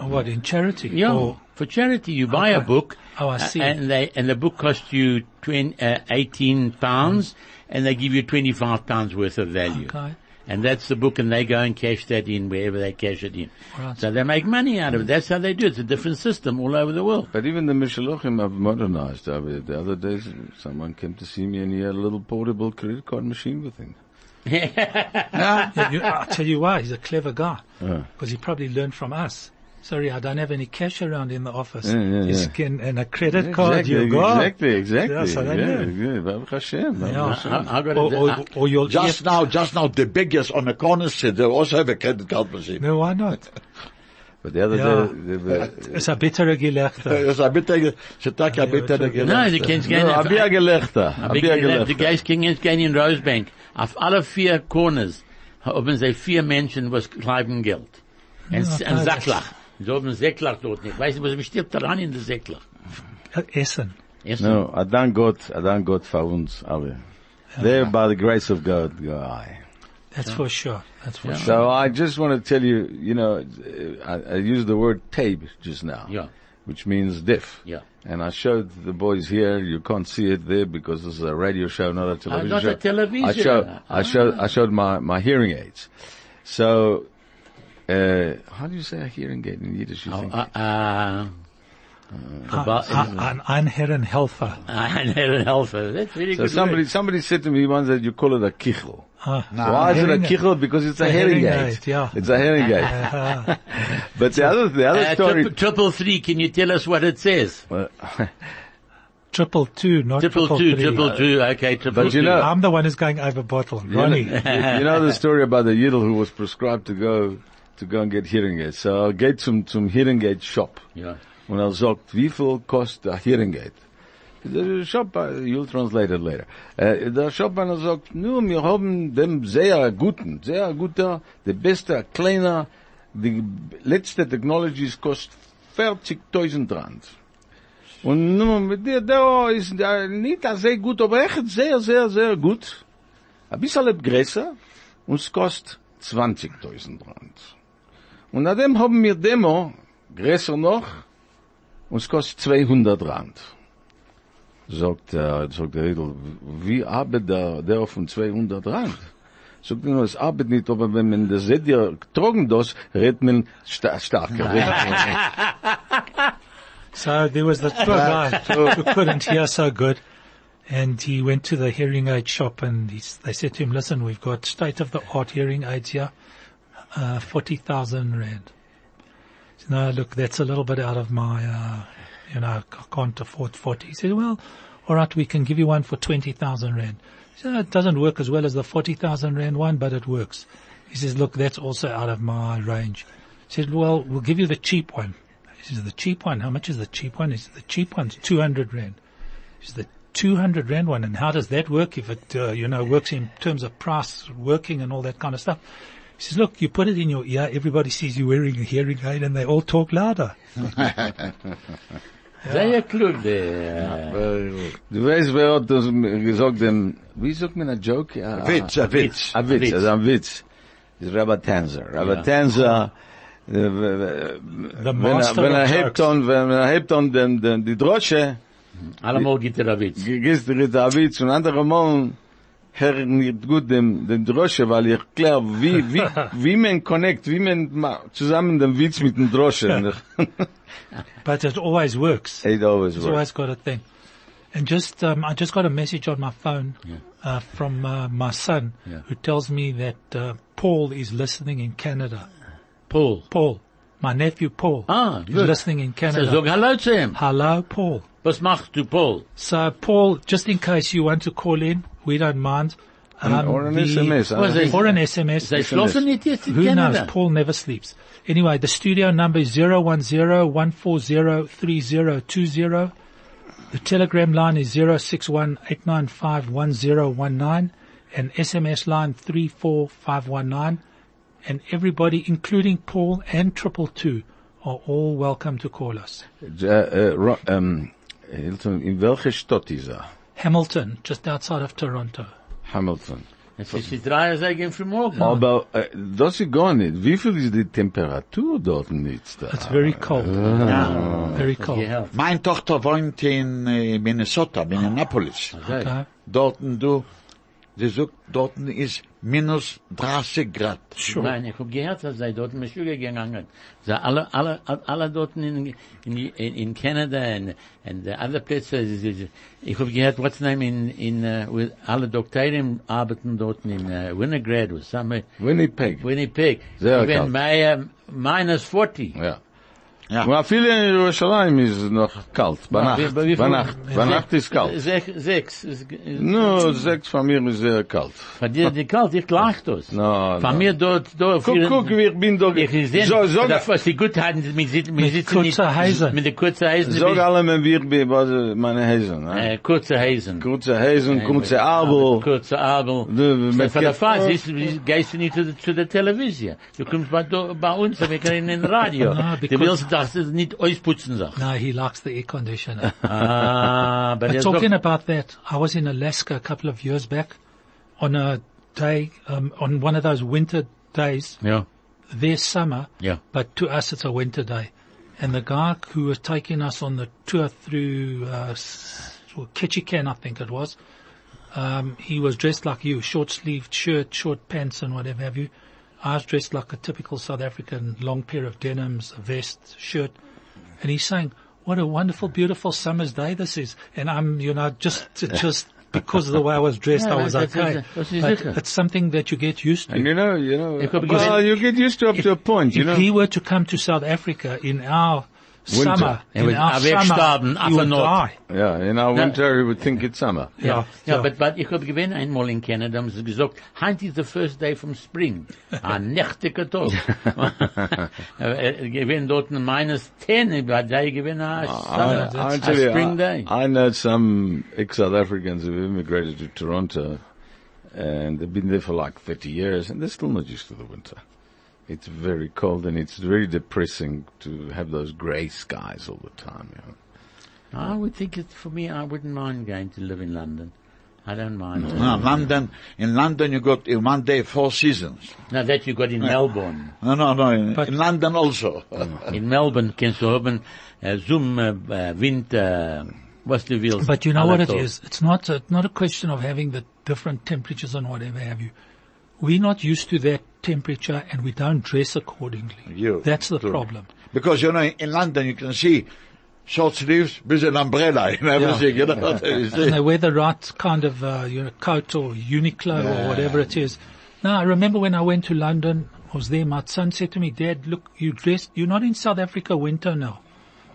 Speaker 1: Oh, What, in charity? Oh,
Speaker 2: Yeah,
Speaker 1: Or-
Speaker 2: for charity, you buy a book.
Speaker 1: Oh, I see.
Speaker 2: uh, And they and the book costs you 20, uh, eighteen pounds, and they give you twenty five pounds worth of value.
Speaker 1: Okay.
Speaker 2: And that's the book, and they go and cash that in wherever they cash it in.
Speaker 1: Right.
Speaker 2: So they make money out of it. That's how they do it. It's a different system all over the world.
Speaker 4: But even the Mishalochim have modernized. I mean, the other day, someone came to see me and he had a little portable credit card machine with him.
Speaker 1: Yeah, you, I tell you why, he's a clever guy. Because he probably learned from us. Sorry, I don't have any cash around in the office.
Speaker 4: Yeah, yeah,
Speaker 1: You
Speaker 4: yeah.
Speaker 1: scan- and a credit card, you go.
Speaker 4: exactly, exactly.
Speaker 1: Yeah, so they
Speaker 4: yeah,
Speaker 1: do.
Speaker 4: yeah, Baruch Hashem. Baruch
Speaker 1: Yeah.
Speaker 4: Hashem.
Speaker 2: I, I got
Speaker 1: Or,
Speaker 2: it.
Speaker 1: or, or you'll
Speaker 3: Just now, just now, the biggest on the corner said they also have a credit card machine.
Speaker 1: No, why not?
Speaker 4: But the other
Speaker 1: Yeah.
Speaker 4: day, the, the,
Speaker 1: It's a bittere Gelächter.
Speaker 3: Das ist ein bitter, sie tag ein bitter
Speaker 2: no,
Speaker 3: Geld.
Speaker 2: you can't
Speaker 4: no, Abia
Speaker 2: get
Speaker 4: Gelechta. Abia
Speaker 2: The
Speaker 4: Gelechta.
Speaker 2: guys can get in Rosebank. Auf alle vier corners haben sie vier Menschen, was bleiben Geld. Und,
Speaker 1: Ja,
Speaker 2: und
Speaker 1: klar.
Speaker 2: Sacklach. Sie haben Säcklach dort nicht. Weißt du, was bestimmt daran in der Säcklach?
Speaker 1: Essen.
Speaker 2: Yes.
Speaker 4: No, I thank God, I thank God for uns alle. There, by the grace of God, go I.
Speaker 1: That's for sure. That's for sure.
Speaker 4: So I just want to tell you, you know, I, I used the word tape just now.
Speaker 2: Yeah.
Speaker 4: Which means diff.
Speaker 2: Yeah.
Speaker 4: And I showed the boys here, you can't see it there because this is a radio show, not a television
Speaker 2: Uh, not
Speaker 4: show.
Speaker 2: a television. Ah.
Speaker 4: I showed, I showed, I showed my, my hearing aids. So, uh, how do you say a hearing aid in Yiddish? You
Speaker 2: Oh,
Speaker 4: think?
Speaker 2: uh, uh,
Speaker 1: Ah,
Speaker 2: About-
Speaker 1: Ein, ein Herren Helfer.
Speaker 2: Ein Herren helfen. That's very
Speaker 4: So
Speaker 2: good.
Speaker 4: somebody,
Speaker 2: word.
Speaker 4: somebody said to me once that you call it a kichel.
Speaker 1: Ah,
Speaker 4: Why is it a
Speaker 1: Herringe.
Speaker 4: kichel? Because it's a,
Speaker 1: A
Speaker 4: herring
Speaker 1: herringate,
Speaker 4: gate.
Speaker 1: yeah.
Speaker 4: It's a herring gate. but the other, the other
Speaker 2: Uh,
Speaker 4: story.
Speaker 2: triple, triple three, can you tell us what it says?
Speaker 1: Triple two, not triple,
Speaker 2: Triple two,
Speaker 1: three. Uh,
Speaker 2: triple two, okay, triple
Speaker 4: But you
Speaker 2: two.
Speaker 4: know-
Speaker 1: I'm the one who's going over bottle.
Speaker 4: You know,
Speaker 1: Ronnie.
Speaker 4: you you know the story about the Yidel who was prescribed to go, to go and get Hiringate. So I'll get zum, zum Hiringate shop.
Speaker 2: Ja.
Speaker 4: Und er sagt, wie viel kostet der Hiringate? Der Shopper, you'll translate it later. Äh, der Shopper sagt, nur wir haben dem sehr guten, sehr guter, der beste, kleiner, die letzte Technologies kostet 40.000 Rand. Und nun, mit dir, der ist äh, nicht sehr gut, aber echt sehr, sehr, sehr gut. Ein bisschen größer und es kostet 20.000 Rand. Und an dem haben wir Demo, größer noch, und es kostet 200 Rand. Sagt, äh, sagt der Riedel, wie arbeitet der, der von 200 Rand? Sagt er, es arbeitet nicht, aber wenn man das seht, ihr trocken das, redet man sta starker.
Speaker 1: So there was the poor guy who couldn't hear so good. And he went to the hearing aid shop and he, s- they said to him, listen, we've got state of the art hearing aids here, uh, 40,000 rand. He said, no, look, that's a little bit out of my, uh, you know, I can't afford 40. He said, well, all right, we can give you one for 20,000 rand. He said, no, it doesn't work as well as the 40,000 rand one, but it works. He says, look, that's also out of my range. He said, well, we'll give you the cheap one. He says, the cheap one, how much is the cheap one? He says, the cheap one's 200 rand. He says, the 200 rand one, and how does that work if it, uh, you know, works in terms of price working and all that kind of stuff? He says, look, you put it in your ear, everybody sees you wearing a hearing aid and they all talk louder.
Speaker 2: Sehr klug, der.
Speaker 4: Du weißt, wer hat das gesagt, dem, wie sagt man ein Joke? Ah,
Speaker 3: Witz, a Witz.
Speaker 4: Ein Witz,
Speaker 2: Witz.
Speaker 4: also ein Witz. Das ist Rabbi Tanzer. Rabbi
Speaker 2: Ja.
Speaker 4: Tanzer, äh, w-
Speaker 1: The
Speaker 4: wenn er,
Speaker 1: master
Speaker 4: wenn er
Speaker 1: of
Speaker 4: hebt
Speaker 1: jokes.
Speaker 4: on, wenn er hebt on den, den, die Drosche,
Speaker 2: Allemal gibt er ein Witz.
Speaker 4: gehst du mit der Witz und andere Mal hören nicht gut dem, dem Drosche, weil ich klar, wie, wie, wie man connect, wie man ma- zusammen den Witz mit dem Drosche. Und ich-
Speaker 1: But it always works.
Speaker 4: It always
Speaker 1: It's
Speaker 4: works.
Speaker 1: always got a thing. And just, um, I just got a message on my phone uh, from uh, my son
Speaker 2: Yeah.
Speaker 1: who tells me that uh, Paul is listening in Canada.
Speaker 2: Paul.
Speaker 1: Paul, my nephew Paul,
Speaker 2: Ah,
Speaker 1: is
Speaker 2: good.
Speaker 1: listening in
Speaker 2: So
Speaker 1: Canada.
Speaker 2: sag Hallo zu ihm.
Speaker 1: Hello, Paul.
Speaker 2: Was machst du, Paul?
Speaker 1: So, Paul, just in case you want to call in, we don't mind. Um,
Speaker 4: Or an
Speaker 1: the-
Speaker 4: SMS.
Speaker 2: Was
Speaker 4: I-
Speaker 2: it-
Speaker 1: Or an SMS.
Speaker 2: They schlafen
Speaker 4: dus,
Speaker 2: nicht jetzt in
Speaker 1: Who
Speaker 2: Canada.
Speaker 1: knows? Paul never sleeps. Anyway, the studio number is 010-140-3020. The telegram line is 0618951019 and SMS line 34519. And everybody, including Paul and Triple Two, are all welcome to call us.
Speaker 4: Äh, äh, Ro- ähm, Hilton, in welcher Stadt ist er?
Speaker 1: Hamilton, just outside of Toronto.
Speaker 4: Hamilton.
Speaker 2: Es ist die drei Sägen für morgen.
Speaker 4: Aber äh, das ist gar nicht. Wie viel ist die Temperatur dort nicht? Da?
Speaker 1: It's very cold. Very cold.
Speaker 2: Ja.
Speaker 3: Meine Tochter wohnt in äh, Minnesota, Minneapolis.
Speaker 4: Ah,
Speaker 1: Okay.
Speaker 3: Dorten du, sie sagt, dorten ist minus 30 Grad.
Speaker 2: Nein, ich hab gehört, dass sie dort in die Schule gegangen sind. Sie alle, alle, alle dort in, in, in, in Canada and, and the other places. sie- sie- Ich hab gehört, what's name in, in, uh, with alle Doktoren arbeiten dort in uh, Winograd or somewhere.
Speaker 4: Winnipeg.
Speaker 2: Winnipeg.
Speaker 4: Sehr
Speaker 2: Even
Speaker 4: kalt.
Speaker 2: May, um, minus 40.
Speaker 4: Ja.
Speaker 3: Ja.
Speaker 4: Aber viele in Jerusalem ist noch kalt. Bei
Speaker 2: Na,
Speaker 4: Nacht.
Speaker 2: wie- wie viel-
Speaker 4: Bei Nacht. Bei Nacht ist kalt.
Speaker 2: Sech, sechs. Ist- ist-
Speaker 4: Nur sechs von mir ist sehr kalt.
Speaker 2: Von dir, die kalt, ich gleich das.
Speaker 4: No,
Speaker 2: Von
Speaker 4: no.
Speaker 2: mir dort, dort.
Speaker 4: Guck, guck, wie ich bin doch.
Speaker 2: Ich sehe,
Speaker 4: So, so,
Speaker 2: das, was sie gut hatten, mit, mit, mit sitzen nicht-
Speaker 1: kurzer Heise.
Speaker 2: Mit der kurzen Heisen.
Speaker 4: sag allem, wie ich bin, was äh, meine Häsen. ne?
Speaker 2: Äh, kurze Heisen.
Speaker 4: Kurze Häsen, kurze Arbel.
Speaker 2: Kurze Abel.
Speaker 4: Oh.
Speaker 2: Äh,
Speaker 4: Du, mit
Speaker 2: Von der
Speaker 4: Kef-
Speaker 2: Fahrt siehst du, wie- gehst du nicht zu, zu der Television. Du kommst bei, do- bei uns, wir können in den Radio.
Speaker 1: Ah,
Speaker 2: du
Speaker 1: because-
Speaker 2: willst, dass es nicht ausputzen sagt.
Speaker 1: No, he likes the air conditioner.
Speaker 2: Ah, aber
Speaker 1: But
Speaker 2: der
Speaker 1: talking
Speaker 2: sagt-
Speaker 1: about that, I was in Alaska a couple of years back on a day, um, on one of those winter days.
Speaker 2: Ja,
Speaker 1: Their summer,
Speaker 2: Yeah.
Speaker 1: but to us it's a winter day. And the guy who was taking us on the tour through uh, s- well, Ketchikan, I think it was, um, he was dressed like you, short sleeved shirt, short pants, and whatever have you. I was dressed like a typical South African, long pair of denims, a vest, shirt, and he's saying, What a wonderful, beautiful summer's day this is. And I'm, you know, just, just because of the way I was dressed,
Speaker 2: Yeah,
Speaker 1: I was
Speaker 2: that's-
Speaker 1: okay.
Speaker 2: that's- that's
Speaker 1: But
Speaker 2: ridiculous.
Speaker 1: it's something that you get used
Speaker 4: And
Speaker 1: to.
Speaker 4: you know, you know,
Speaker 2: Yeah, but because-
Speaker 4: well, you get used to up to a point, you
Speaker 1: If
Speaker 4: know.
Speaker 1: he were to come to South Africa in our
Speaker 4: Winter.
Speaker 1: summer,
Speaker 2: He
Speaker 1: in
Speaker 2: would
Speaker 1: our
Speaker 2: wegsterben,
Speaker 1: summer, he would
Speaker 2: Afternoon.
Speaker 1: die.
Speaker 4: Yeah, in our winter, you would think it's summer.
Speaker 2: Ja,
Speaker 1: Ja,
Speaker 2: ja,
Speaker 1: ja.
Speaker 2: but, but ich hab gewinnt einmal in Canada, haben sie gesagt, heute is the first day from spring. Ein nächtiger Tag. äh, Gewinnt dort ein minus 10, ich war da gewinnt ein
Speaker 1: Ah,
Speaker 4: I,
Speaker 2: Summer,
Speaker 4: I
Speaker 2: a
Speaker 4: tell you,
Speaker 2: spring
Speaker 4: I,
Speaker 2: day.
Speaker 4: I know some ex-South Africans who've immigrated to Toronto, and they've been there for like 30 years, and they're still not used to the winter. It's very cold, and it's very depressing to have those grey skies all the time. You know.
Speaker 1: Ah.
Speaker 2: I would think it, for me, I wouldn't mind going to live in London. I don't mind.
Speaker 1: Mm.
Speaker 3: No,
Speaker 1: Ah.
Speaker 3: London, in London you got in one day four seasons.
Speaker 2: Now that you got in Melbourne.
Speaker 3: No, no, no, in,
Speaker 1: But- Mm.
Speaker 3: in London also.
Speaker 2: In Melbourne kannst du haben, äh, Zoom, äh, äh, Wind, äh, was du willst.
Speaker 1: But you know what it
Speaker 2: Alle Tag.
Speaker 1: is? It's not a, not a question of having the different temperatures and whatever have you. We're not used to that temperature and we don't dress accordingly.
Speaker 3: You.
Speaker 1: That's the
Speaker 3: True.
Speaker 1: problem.
Speaker 3: Because, you know, in London you can see short sleeves with an umbrella and everything, you know. you see.
Speaker 1: And they wear the right kind of uh, you know, coat or Uniqlo or whatever it is. Now, I remember when I went to London, I was there, my son said to me, Dad, look, you dressed, you're not in South Africa winter now.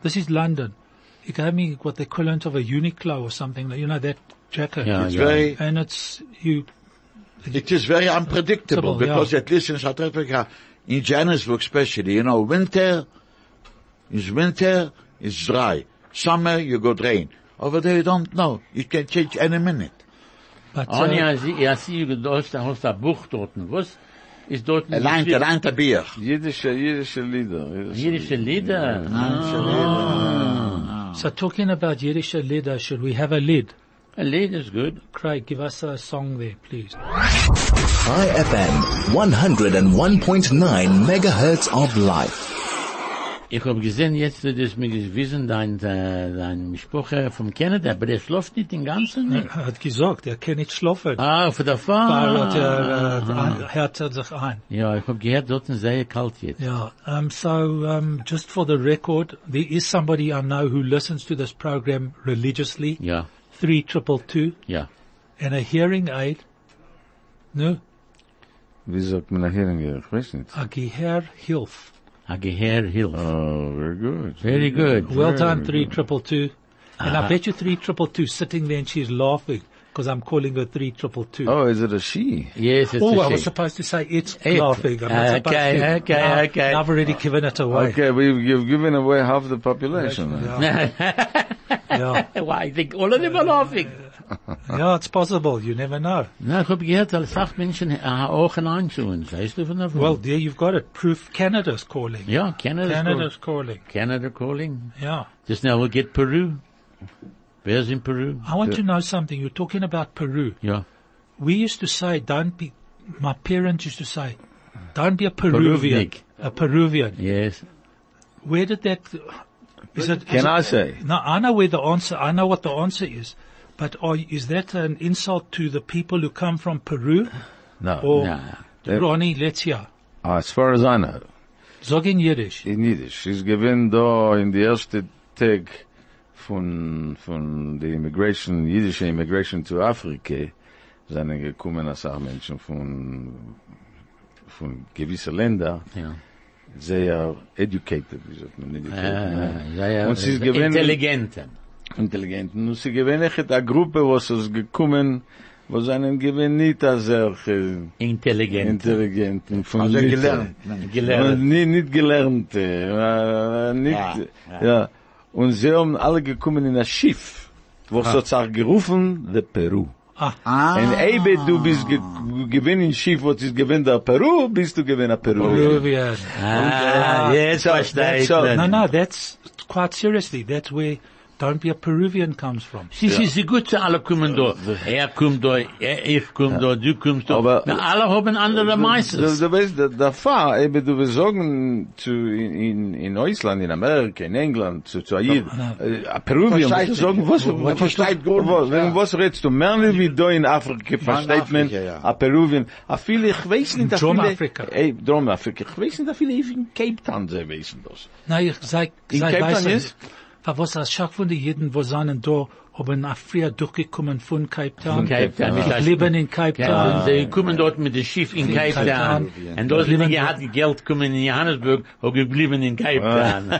Speaker 1: This is London. He gave me what the equivalent of a Uniqlo or something, you know, that jacket.
Speaker 2: Yeah,
Speaker 3: It's
Speaker 2: yeah.
Speaker 3: very,
Speaker 1: And it's, you,
Speaker 3: it is very unpredictable
Speaker 1: Unpredictable,
Speaker 3: because
Speaker 1: yeah.
Speaker 3: at least in South Africa, in Johannesburg especially, you know, winter is winter, it's dry. Summer, you got rain. Over there you don't know. It can change any minute.
Speaker 1: but, uh,
Speaker 2: Anja, ich sehe, du hast, du hast ein Buch dort, was? Ist dort ein
Speaker 3: Allein, allein der Bier.
Speaker 4: Yiddish, Yiddish leader.
Speaker 2: Jüdische Lieder.
Speaker 1: Ah. So talking about Yiddish Lida, should we have a lid?
Speaker 2: A lead is good.
Speaker 1: Craig, give us a song there, please.
Speaker 5: High FM 101.9 megahertz of life.
Speaker 2: Ich hab gesehen jetzt, dass mir gewissen dein, äh, dein Sprache vom Kanada, aber er schläft nicht den ganzen Tag.
Speaker 1: Er hat gesagt, er kann nicht schlafen.
Speaker 2: Ah, für der
Speaker 1: Weil hat
Speaker 2: Fahrt.
Speaker 1: er, äh, hört er sich ein.
Speaker 2: ah. Ja, ich hab gehört, dort ist sehr kalt jetzt.
Speaker 1: Yeah. Um, so, um, just for the record, there is somebody I know who listens to this program religiously.
Speaker 2: Ja,
Speaker 1: Three triple two
Speaker 2: ja.
Speaker 1: and a hearing aid. No,
Speaker 4: Wie sagt man nachher in Gericht? Weiß nicht.
Speaker 1: a Geher Hilf.
Speaker 2: A Geher hilft.
Speaker 4: Oh, very good.
Speaker 2: Very good. Uh-huh.
Speaker 1: Well
Speaker 4: Very
Speaker 1: done,
Speaker 4: good.
Speaker 1: three triple two. And I bet you three triple two sitting there and she's laughing because I'm calling her three triple two.
Speaker 4: Oh, is it a she?
Speaker 2: Yes, it's
Speaker 1: Oh, I
Speaker 2: a
Speaker 1: was
Speaker 2: shame.
Speaker 1: supposed to say it's
Speaker 2: It.
Speaker 1: laughing. I'm not supposed
Speaker 2: Okay,
Speaker 1: to.
Speaker 2: okay,
Speaker 1: Now-
Speaker 2: okay.
Speaker 1: now I've already given it away.
Speaker 4: Okay, we've you've given away half the population.
Speaker 1: Yeah, yeah,
Speaker 2: Why, I think all of them are laughing.
Speaker 1: yeah, it's possible. You never know.
Speaker 2: Na, ich hab gehört, als Sachmenschen haben auch ein Einzuhören. Weißt du von davon?
Speaker 1: Well, there you've got it. Proof Canada's calling.
Speaker 2: ja, Canada.
Speaker 1: Canada's calling.
Speaker 2: Canada calling.
Speaker 1: Yeah.
Speaker 2: Just now we'll get Peru. Where's in Peru?
Speaker 1: I want to know something. You're talking about Peru.
Speaker 2: Yeah.
Speaker 1: We used to say, don't be, my parents used to say, don't be a Peruvian.
Speaker 2: Peruvnik.
Speaker 1: A Peruvian.
Speaker 2: Yes.
Speaker 1: Where did that, is it, is
Speaker 4: Can
Speaker 1: it-
Speaker 4: I say?
Speaker 1: No, I know where the answer. I know what the answer is, but are, is that an insult to the people who come from Peru?
Speaker 4: No.
Speaker 1: Or
Speaker 2: No.
Speaker 1: Ronnie, let's hear.
Speaker 4: Ah, as far as I know,
Speaker 1: Sag in Yiddish.
Speaker 4: in Yiddish, is given da in the erste Tag von, von the immigration, jüdische immigration to Afrika, sind er gekommen als auch Menschen von, von gewisse Länder,
Speaker 2: Ja.
Speaker 4: sehr educated, wie sagt man,
Speaker 3: Ah.
Speaker 4: educated.
Speaker 2: Äh, ja, ja.
Speaker 4: Und sie ist gewähnt-
Speaker 2: Intelligenter.
Speaker 4: intelligent. Nu sie gewinnet a Gruppe, was es gekommen, was einen gewinn nicht als solche
Speaker 2: Intelligent.
Speaker 4: intelligenten von
Speaker 3: Also
Speaker 4: Liter.
Speaker 3: gelernt.
Speaker 4: Und
Speaker 2: Gelernt.
Speaker 4: nie, nicht gelernt, äh, äh, nicht,
Speaker 3: Ja,
Speaker 4: ja, Und sie haben alle gekommen in ein Schiff, was hat sich gerufen, the Peru.
Speaker 3: Ah.
Speaker 4: Und Ebe, du bist ge gewinn in Schiff, was ist gewinn der Peru, bist du gewinn der Peru.
Speaker 1: Peruvian.
Speaker 2: Ah, jetzt
Speaker 4: so,
Speaker 2: verstehe ich.
Speaker 4: so,
Speaker 2: das.
Speaker 1: No, no, that's quite seriously. That's where "Don't be a Peruvian" comes from.
Speaker 2: Sie sind so gut, sie alle kommen da. Er kommt da, er, ich komm da, du kommst da.
Speaker 4: Aber-
Speaker 2: Na, Nou, alle haben andere
Speaker 4: Das,
Speaker 2: Meises.
Speaker 4: das, weißt, das, das war, eben, du wirst sagen, zu, in, in, in Island, in Amerika, in England, zu, zu Aid, äh, a Peruvien,
Speaker 3: Versteht
Speaker 4: musst du sagen, was,
Speaker 3: nicht. Man versteht gar nicht,
Speaker 4: was,
Speaker 3: ja.
Speaker 4: was redest du? Mehr nicht wie da in Afrika, versteht man,
Speaker 3: Afrika, ja.
Speaker 4: a Peruvien, a viele, ich weiß nicht, a viele,
Speaker 1: Drum Afrika.
Speaker 4: ey, Drum Afrika, ich weiß nicht, a viele, even Cape Town, sie wissen das.
Speaker 1: No, you say,
Speaker 4: In Cape Town, yes?
Speaker 1: Weil was das Schach von den Jeden, wo seinen da, haben nach früher durchgekommen von Cape Town.
Speaker 2: Cape Town, mit
Speaker 1: Die
Speaker 2: das-
Speaker 1: leben in Cape
Speaker 2: Ja,
Speaker 1: Town.
Speaker 2: und sie kommen dort mit dem Schiff in
Speaker 1: In
Speaker 2: Cape
Speaker 1: Cape
Speaker 2: Town.
Speaker 1: Town.
Speaker 2: Und dort
Speaker 1: Lieber-
Speaker 2: liegen hat Geld kommen in Johannesburg, und geblieben in Cape Town.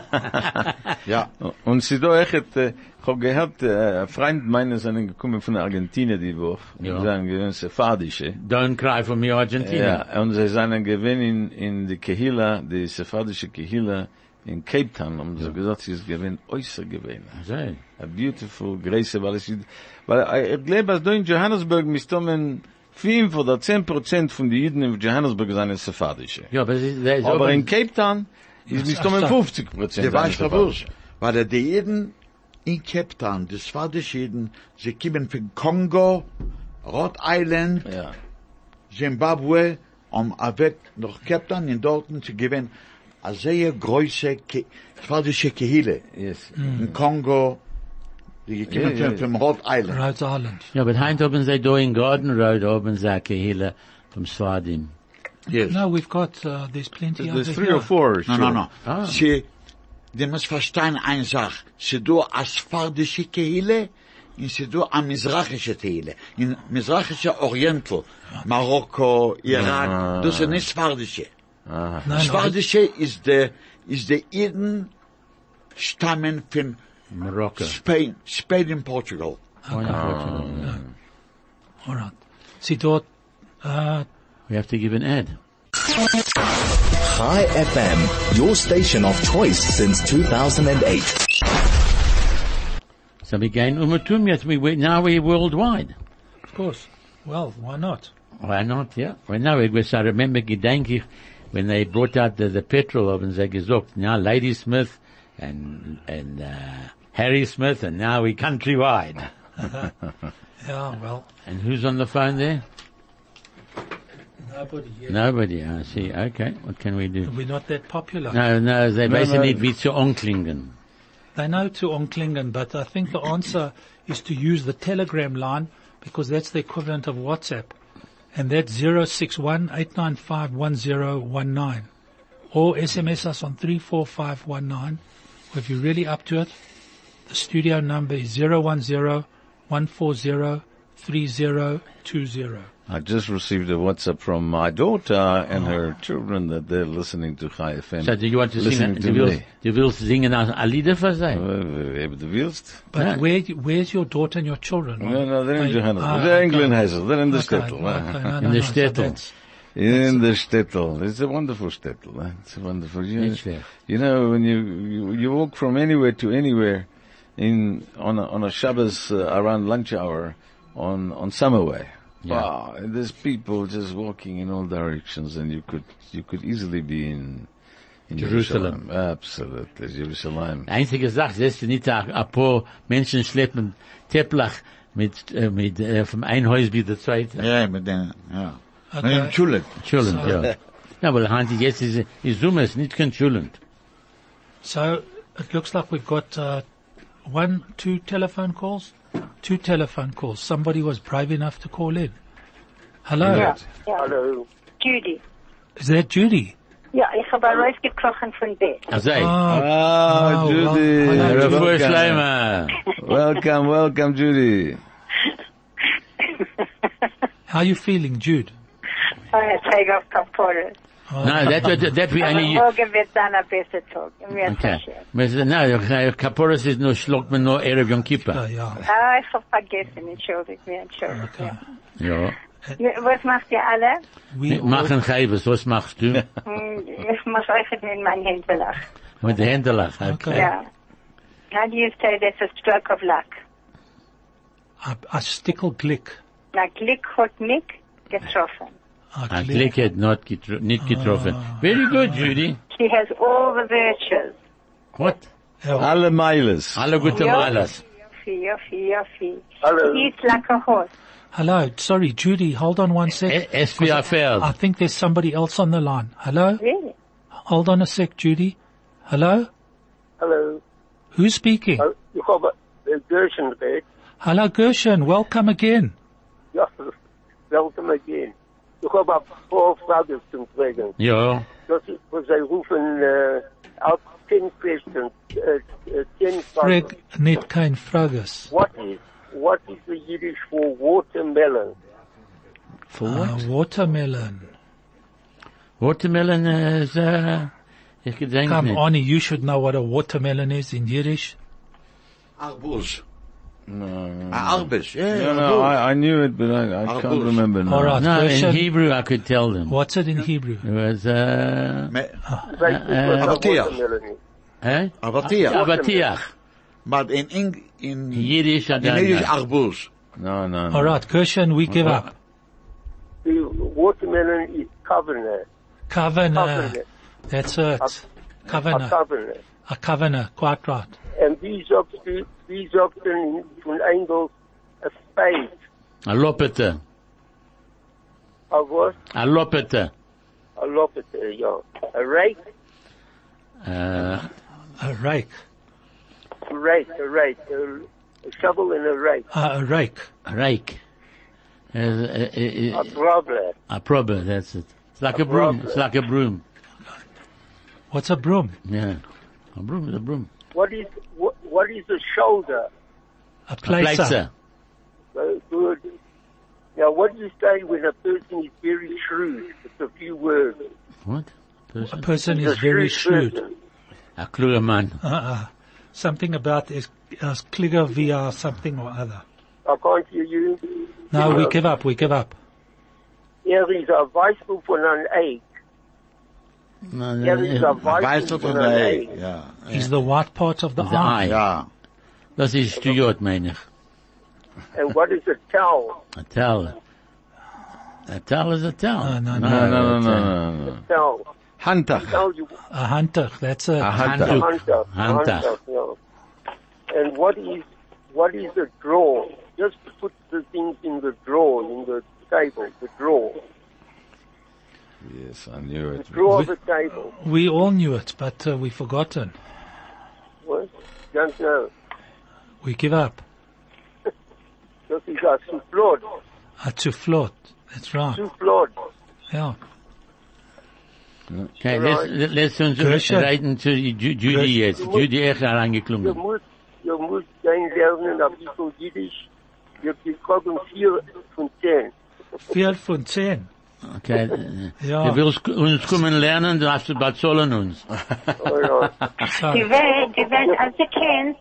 Speaker 3: Ja.
Speaker 4: Und sie da echt, äh, ich hab gehabt, äh, ein Freund meiner sind gekommen von Argentinien die Woche.
Speaker 2: Ja.
Speaker 4: Ja. Sie sagen, gewinn Sephardische.
Speaker 2: Don't cry for me, Argentina.
Speaker 4: Ja, und sie sind gewinn in, in die Kehila, die Sephardische Kehila in Cape Town. Und sie gesagt, sie ist gewinn äußer gewinn.
Speaker 2: Sei.
Speaker 4: a beautiful grace weil es weil äh, ich glaube als du in Johannesburg misst du men 5 oder 10% von die Juden in Johannesburg sind sephardische.
Speaker 2: Ja, aber es ist, es ist
Speaker 4: Aber in Cape Town ist
Speaker 1: Das
Speaker 4: misst
Speaker 1: ist
Speaker 4: du men
Speaker 1: ach,
Speaker 4: 50% sind
Speaker 3: Der war ich verwirrt.
Speaker 4: sephardische.
Speaker 3: Weil er die Jeden in Cape Town, das war die Jeden, sie kommen von Kongo, Rhode Island,
Speaker 4: Ja.
Speaker 3: Zimbabwe, um weg nach Cape Town in Dalton zu gewinnen. A sehr große, Ke- schwarze Kehille.
Speaker 4: Yes.
Speaker 3: In Kongo, die gekommen
Speaker 4: Ja, ja,
Speaker 3: sind von Rhode Island.
Speaker 1: Rhode Island.
Speaker 2: Ja, aber heint haben sie da in Garden Road, haben sie eine Kehille vom Swadim.
Speaker 3: Yes.
Speaker 1: No, we've got, uh, there's plenty
Speaker 4: There's
Speaker 1: over
Speaker 4: three
Speaker 1: here.
Speaker 4: or four.
Speaker 3: No,
Speaker 4: Sure.
Speaker 3: no, no.
Speaker 2: Ah.
Speaker 3: Sie, die muss verstehen eine Sache. Sie do a sfardische Kehle, und sie do a mizrachische Kehle. In mizrachische Oriental, Marokko, Irak, das sind nicht sfardische.
Speaker 1: Nein,
Speaker 3: Sfardische ist der, ist der Iden stammen von
Speaker 2: Morocco.
Speaker 3: Spain, Spain in Portugal.
Speaker 2: Unfortunately.
Speaker 1: all right. Sie dort, uh,
Speaker 2: We have to give an ad.
Speaker 5: Hi FM, your station of choice since 2008.
Speaker 2: So we gain umatum yet. We, we, now we're worldwide.
Speaker 1: of course. Well, why not?
Speaker 2: Why not, yeah? Well, now it was, I remember Gedankich, when they brought out the, the petrol oven, they gesagt, now Lady Smith and, and, uh, Harry Smith, and now we countrywide.
Speaker 1: Yeah, well,
Speaker 2: And who's on the phone there?
Speaker 1: nobody yet.
Speaker 2: Nobody, I see. Okay, what can we do?
Speaker 1: We're not that popular.
Speaker 2: No, no, they
Speaker 4: No,
Speaker 2: basically need
Speaker 4: no.
Speaker 2: Witze Onklingen.
Speaker 1: They know to onklingen, but I think the answer is to use the telegram line because that's the equivalent of WhatsApp. And that's 061 895 1019. Or SMS us on 34519. Or if you're really up to it, the studio number is 010 140 3020.
Speaker 4: I just received a WhatsApp from my daughter and her children that they're listening to High FM.
Speaker 2: So do you want to
Speaker 4: listening
Speaker 2: sing,
Speaker 4: to
Speaker 2: du willst,
Speaker 4: me.
Speaker 2: du willst singen als a Lieder für sie?
Speaker 4: Äh, äh, Du willst?
Speaker 1: But
Speaker 2: No.
Speaker 1: where, where's your daughter and your children?
Speaker 4: No, no, they're in
Speaker 1: They-
Speaker 4: Johannesburg.
Speaker 1: ah,
Speaker 4: They're
Speaker 1: okay.
Speaker 4: England Hazel. They're in the
Speaker 1: Okay,
Speaker 4: shtetl.
Speaker 1: okay, no, no,
Speaker 2: In the
Speaker 1: no, so
Speaker 2: shtetl.
Speaker 1: that's-
Speaker 4: In the shtetl. It's a wonderful shtetl. eh? It's a wonderful. You,
Speaker 2: It's there.
Speaker 4: you know, when you, you you walk from anywhere to anywhere in on a, on a Shabbos uh, around lunch hour on on Summerway.
Speaker 2: Yeah.
Speaker 4: Wow, and there's people just walking in all directions, and you could you could easily be in, in
Speaker 2: Jerusalem.
Speaker 4: Absolutely, Jerusalem.
Speaker 2: Die einzige Sache, das ist nicht ein ein paar Menschen schleppen Teplach mit, äh, mit, äh, vom ein Haus wie der zweite.
Speaker 3: Ja, mit den, ja. Mit
Speaker 1: Okay.
Speaker 3: den Schulen.
Speaker 2: Entschuldigung, ja. Ja, weil Hansi, jetzt ist, ist Summe, ist nicht kein Entschuldigung.
Speaker 1: So it looks like we've got uh, one, two telephone calls. Two telephone calls. Somebody was brave enough to call in. Hallo,
Speaker 6: Ja, ja.
Speaker 7: Hallo.
Speaker 6: Judy.
Speaker 1: is that Judy?
Speaker 6: Ja, ich habe ein Reis gekrochen von bed.
Speaker 2: Also,
Speaker 1: Ah,
Speaker 4: Ah,
Speaker 1: Oh, well,
Speaker 4: Judy.
Speaker 1: hello,
Speaker 2: Herr
Speaker 1: Judy.
Speaker 4: welcome.
Speaker 2: Vorschleimer.
Speaker 4: welcome, welcome, Judy.
Speaker 1: how you feeling, Jude?
Speaker 6: Euer Zeig auf Kapore.
Speaker 2: No,
Speaker 1: Uh,
Speaker 2: that, that, that we
Speaker 6: Aber
Speaker 2: only,
Speaker 6: morgen wird dann ein besser Tag. Mir ist
Speaker 2: okay.
Speaker 6: sicher.
Speaker 2: But, no, Kaporas ist nur, schluckt man nur Erev Yom
Speaker 1: Ah,
Speaker 2: Kippur.
Speaker 1: ja.
Speaker 6: Ah, ich habe vergessen. Entschuldigt mir, entschuldigt mir.
Speaker 2: Ja.
Speaker 6: Ja, Was macht ihr alle?
Speaker 1: We
Speaker 2: Wir Machen Chaibes, was machst du?
Speaker 6: Hm, Ich muss euch in meinen Händen lachen.
Speaker 2: Mit den Händelach, okay.
Speaker 6: Ja. How do you say that's a stroke of luck?
Speaker 1: a, a stickle glick.
Speaker 6: Na, Glück hat mich getroffen.
Speaker 1: A
Speaker 2: Ah,
Speaker 1: glick.
Speaker 2: Glick hat not getro nicht getroffen. Very good, Judy.
Speaker 6: She has all the virtues.
Speaker 2: What?
Speaker 1: Ja.
Speaker 4: Alle Meiles.
Speaker 2: Alle gute
Speaker 6: Ja.
Speaker 2: Malers.
Speaker 6: Yoffi, yoffi, yoffi.
Speaker 7: Hallo.
Speaker 6: She eats like a horse.
Speaker 1: Hello, sorry, Judy, hold on one
Speaker 2: E-
Speaker 1: sec.
Speaker 2: SV
Speaker 1: I
Speaker 2: Affairs.
Speaker 1: think there's somebody else on the line. Hello?
Speaker 6: Really?
Speaker 1: Hold on a sec, Judy. Hello?
Speaker 7: Hallo.
Speaker 1: Who's speaking?
Speaker 7: Hallo. Ich habe den Bürschenberg.
Speaker 1: Hello, Gershon, welcome again.
Speaker 7: Ja, welcome again. Ich habe ein paar Fragen zum Fragen.
Speaker 2: Ja.
Speaker 7: uh, Das ist, was Sie rufen, äh, auf 10 Questions, äh, äh, 10 Fragen.
Speaker 1: frag net kein Frages.
Speaker 7: What is, what is the Yiddish for watermelon?
Speaker 2: For
Speaker 1: Uh,
Speaker 2: what?
Speaker 1: watermelon.
Speaker 2: Watermelon uh, is, uh, ich gedenk
Speaker 1: Come
Speaker 2: nicht.
Speaker 1: on, you should know what a watermelon is in Yiddish.
Speaker 3: Arbuz.
Speaker 4: No,
Speaker 3: Arbuz, yeah.
Speaker 4: no, I, I knew it, but I, I
Speaker 3: Arbuz.
Speaker 4: can't remember now.
Speaker 1: All right.
Speaker 2: No, Nou, in
Speaker 1: Question.
Speaker 2: Hebrew I could tell them.
Speaker 1: What's it in Hebrew?
Speaker 2: It was, uh,
Speaker 7: They think what a
Speaker 3: Abatiach.
Speaker 7: watermelon is.
Speaker 2: eh?
Speaker 3: Arbatiach.
Speaker 2: Abatiach.
Speaker 3: But in, Eng in, in
Speaker 2: Yiddish, I don't
Speaker 3: English,
Speaker 2: know.
Speaker 3: Arbuz.
Speaker 4: No, no, no.
Speaker 1: All right, Gershon, we give up.
Speaker 7: The watermelon is covenant.
Speaker 1: Kavana.
Speaker 7: Covenant.
Speaker 1: That's it.
Speaker 7: A
Speaker 1: Kavana.
Speaker 7: covenant.
Speaker 1: A kavana. Quite right.
Speaker 7: And these often, these often from angles a spade
Speaker 2: A lopete.
Speaker 7: of what?
Speaker 2: A lopete.
Speaker 7: A lopete, yeah. A rake,
Speaker 2: Uh,
Speaker 1: A rake.
Speaker 7: a rake, a rake, a, a Uh, shovel and a rake.
Speaker 1: Uh, a rake.
Speaker 2: rake. Uh, uh, uh,
Speaker 7: A brobler.
Speaker 2: A probe, that's it. It's like a,
Speaker 7: A
Speaker 2: broom.
Speaker 7: probe.
Speaker 2: It's like a broom.
Speaker 1: What's a broom?
Speaker 2: Yeah. A broom is a broom.
Speaker 7: What is, what, what is a shoulder?
Speaker 1: A
Speaker 2: A
Speaker 1: placer.
Speaker 2: placer.
Speaker 7: Uh, good. Now, what do you say when a person is very shrewd? It's a few words.
Speaker 2: What?
Speaker 1: A
Speaker 2: Person?
Speaker 1: person
Speaker 7: He's
Speaker 1: is very shrewd.
Speaker 7: person.
Speaker 2: A kluger man.
Speaker 1: Uh-uh. Something about is uh, Kliger via something or other.
Speaker 7: I can't hear you.
Speaker 1: No, we
Speaker 7: Uh,
Speaker 1: give up. We give up.
Speaker 7: Er is a Weißbuch von an egg.
Speaker 2: No, no,
Speaker 7: Er is a
Speaker 2: no.
Speaker 7: Weißbuch
Speaker 3: Weißel
Speaker 7: von
Speaker 3: von
Speaker 7: an
Speaker 3: der
Speaker 7: egg.
Speaker 3: Yeah.
Speaker 1: Is the white part of the,
Speaker 2: The
Speaker 1: eye.
Speaker 2: eye.
Speaker 3: Yeah.
Speaker 2: Das ist Stuyot, meine ich.
Speaker 7: And what is a towel?
Speaker 2: A towel. A towel is a towel.
Speaker 1: No, no,
Speaker 4: No, no, no,
Speaker 2: it's a-
Speaker 4: no, no, no.
Speaker 7: Towel.
Speaker 4: Handtag.
Speaker 7: Towel you
Speaker 1: A hunter. That's it.
Speaker 4: A handtag.
Speaker 2: Handtuch.
Speaker 7: hunter.
Speaker 2: Handtag.
Speaker 7: Hunter. Yeah. And what is what is a drawer? Just put the things in the drawer, in the table, the drawer.
Speaker 4: Yes, I knew
Speaker 7: The
Speaker 4: it.
Speaker 7: drawer of the table.
Speaker 1: We all knew it, but uh, we forgotten.
Speaker 7: What? uh, Don't know.
Speaker 1: We give up.
Speaker 7: This is a soufflot.
Speaker 1: A to float. That's right.
Speaker 7: Soufflot.
Speaker 1: Yeah.
Speaker 2: Okay,
Speaker 7: Genau.
Speaker 2: let's, let's uns
Speaker 1: Kirche.
Speaker 2: reden zu Ju- Judy
Speaker 1: Kirche.
Speaker 2: jetzt. Judy echt
Speaker 7: You
Speaker 2: herangeklungen.
Speaker 7: must, you must gain lernen a bisschen Jiddisch. You have bekommen vier von zehn.
Speaker 1: Vier von zehn.
Speaker 2: Okay. äh,
Speaker 1: Ja.
Speaker 2: Du willst uns kommen lernen, du hast bezahlen uns.
Speaker 7: All right.
Speaker 1: So,
Speaker 6: Die Welt, die Welt, als ihr kennt,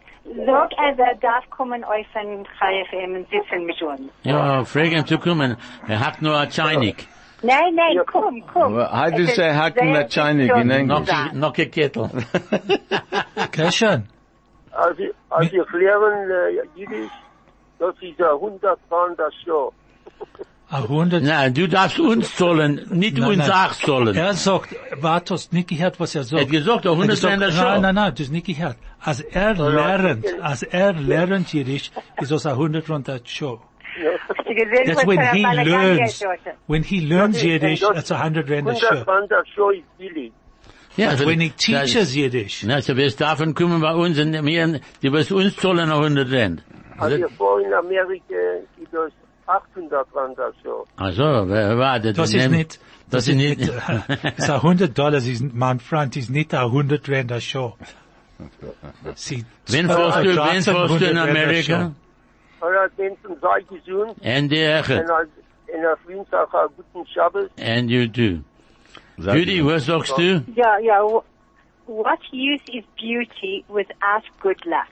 Speaker 6: sorgt also, er darf kommen euch von KFM und sitzen mit uns.
Speaker 2: Ja, frag ihn zu kommen. Er hat nur ein Scheinig.
Speaker 6: Nein, nein, komm, komm.
Speaker 4: Well, how do you
Speaker 6: Es ist
Speaker 4: say hacken
Speaker 6: sehr
Speaker 4: a Chinese
Speaker 6: gesund
Speaker 4: in English?
Speaker 2: Noch,
Speaker 6: da.
Speaker 2: noch ein Kettel.
Speaker 1: Gershon,
Speaker 7: Als ich, als ich lehren äh, Jiddisch, das ist ein hundertfahrender Show.
Speaker 1: a hundert.
Speaker 2: Nein, du darfst uns zahlen, nicht
Speaker 1: Nein,
Speaker 2: uns
Speaker 1: nein.
Speaker 2: auch zahlen.
Speaker 1: Er sagt, Bartos, Niki hat, was er
Speaker 2: Er
Speaker 1: sagt.
Speaker 2: hat gesagt, der
Speaker 1: Er
Speaker 2: Hund ist in der
Speaker 1: gesagt, Nein,
Speaker 2: Show.
Speaker 1: nein, nein, das ist nicht gehört. Als er lernt, als er lernt Jiddisch, ist das ein hundert runter Show.
Speaker 6: Hast du gesehen,
Speaker 1: That's
Speaker 6: was
Speaker 1: when
Speaker 6: für ein
Speaker 1: he
Speaker 6: Balagan
Speaker 1: learns.
Speaker 6: hier heute?
Speaker 1: When he learns
Speaker 7: Okay,
Speaker 1: Yiddish,
Speaker 7: and
Speaker 1: that's a hundred rand a show.
Speaker 7: Hundertfahrender Show ist billig.
Speaker 2: Ja,
Speaker 1: But
Speaker 2: also,
Speaker 1: when he
Speaker 2: das-
Speaker 1: teaches Yiddish,
Speaker 2: Na, so wirst davon kommen bei uns und mir, die wirst uns zahlen noch 100 Rand.
Speaker 7: Also ich war in Amerika, ist das 800-fahrender Show.
Speaker 2: Also, wer war das?
Speaker 1: das ist
Speaker 2: nehmen-
Speaker 1: nicht,
Speaker 2: das ist nicht,
Speaker 1: ist a hundred dollars, ist, mein Freund, ist nicht a hundred rand a show. Sie,
Speaker 2: Wen
Speaker 1: äh,
Speaker 2: fährst du, wen
Speaker 1: 1300
Speaker 2: fährst du in
Speaker 1: Rand a
Speaker 2: Amerika?
Speaker 1: show.
Speaker 7: Aber wenn es sei gesund,
Speaker 2: And the
Speaker 7: und
Speaker 2: Echet.
Speaker 7: als und auf Wünsach einen guten Schabbos,
Speaker 2: And you too. Judy, was sagst du?
Speaker 6: Ja, ja. w- What use is beauty without good luck?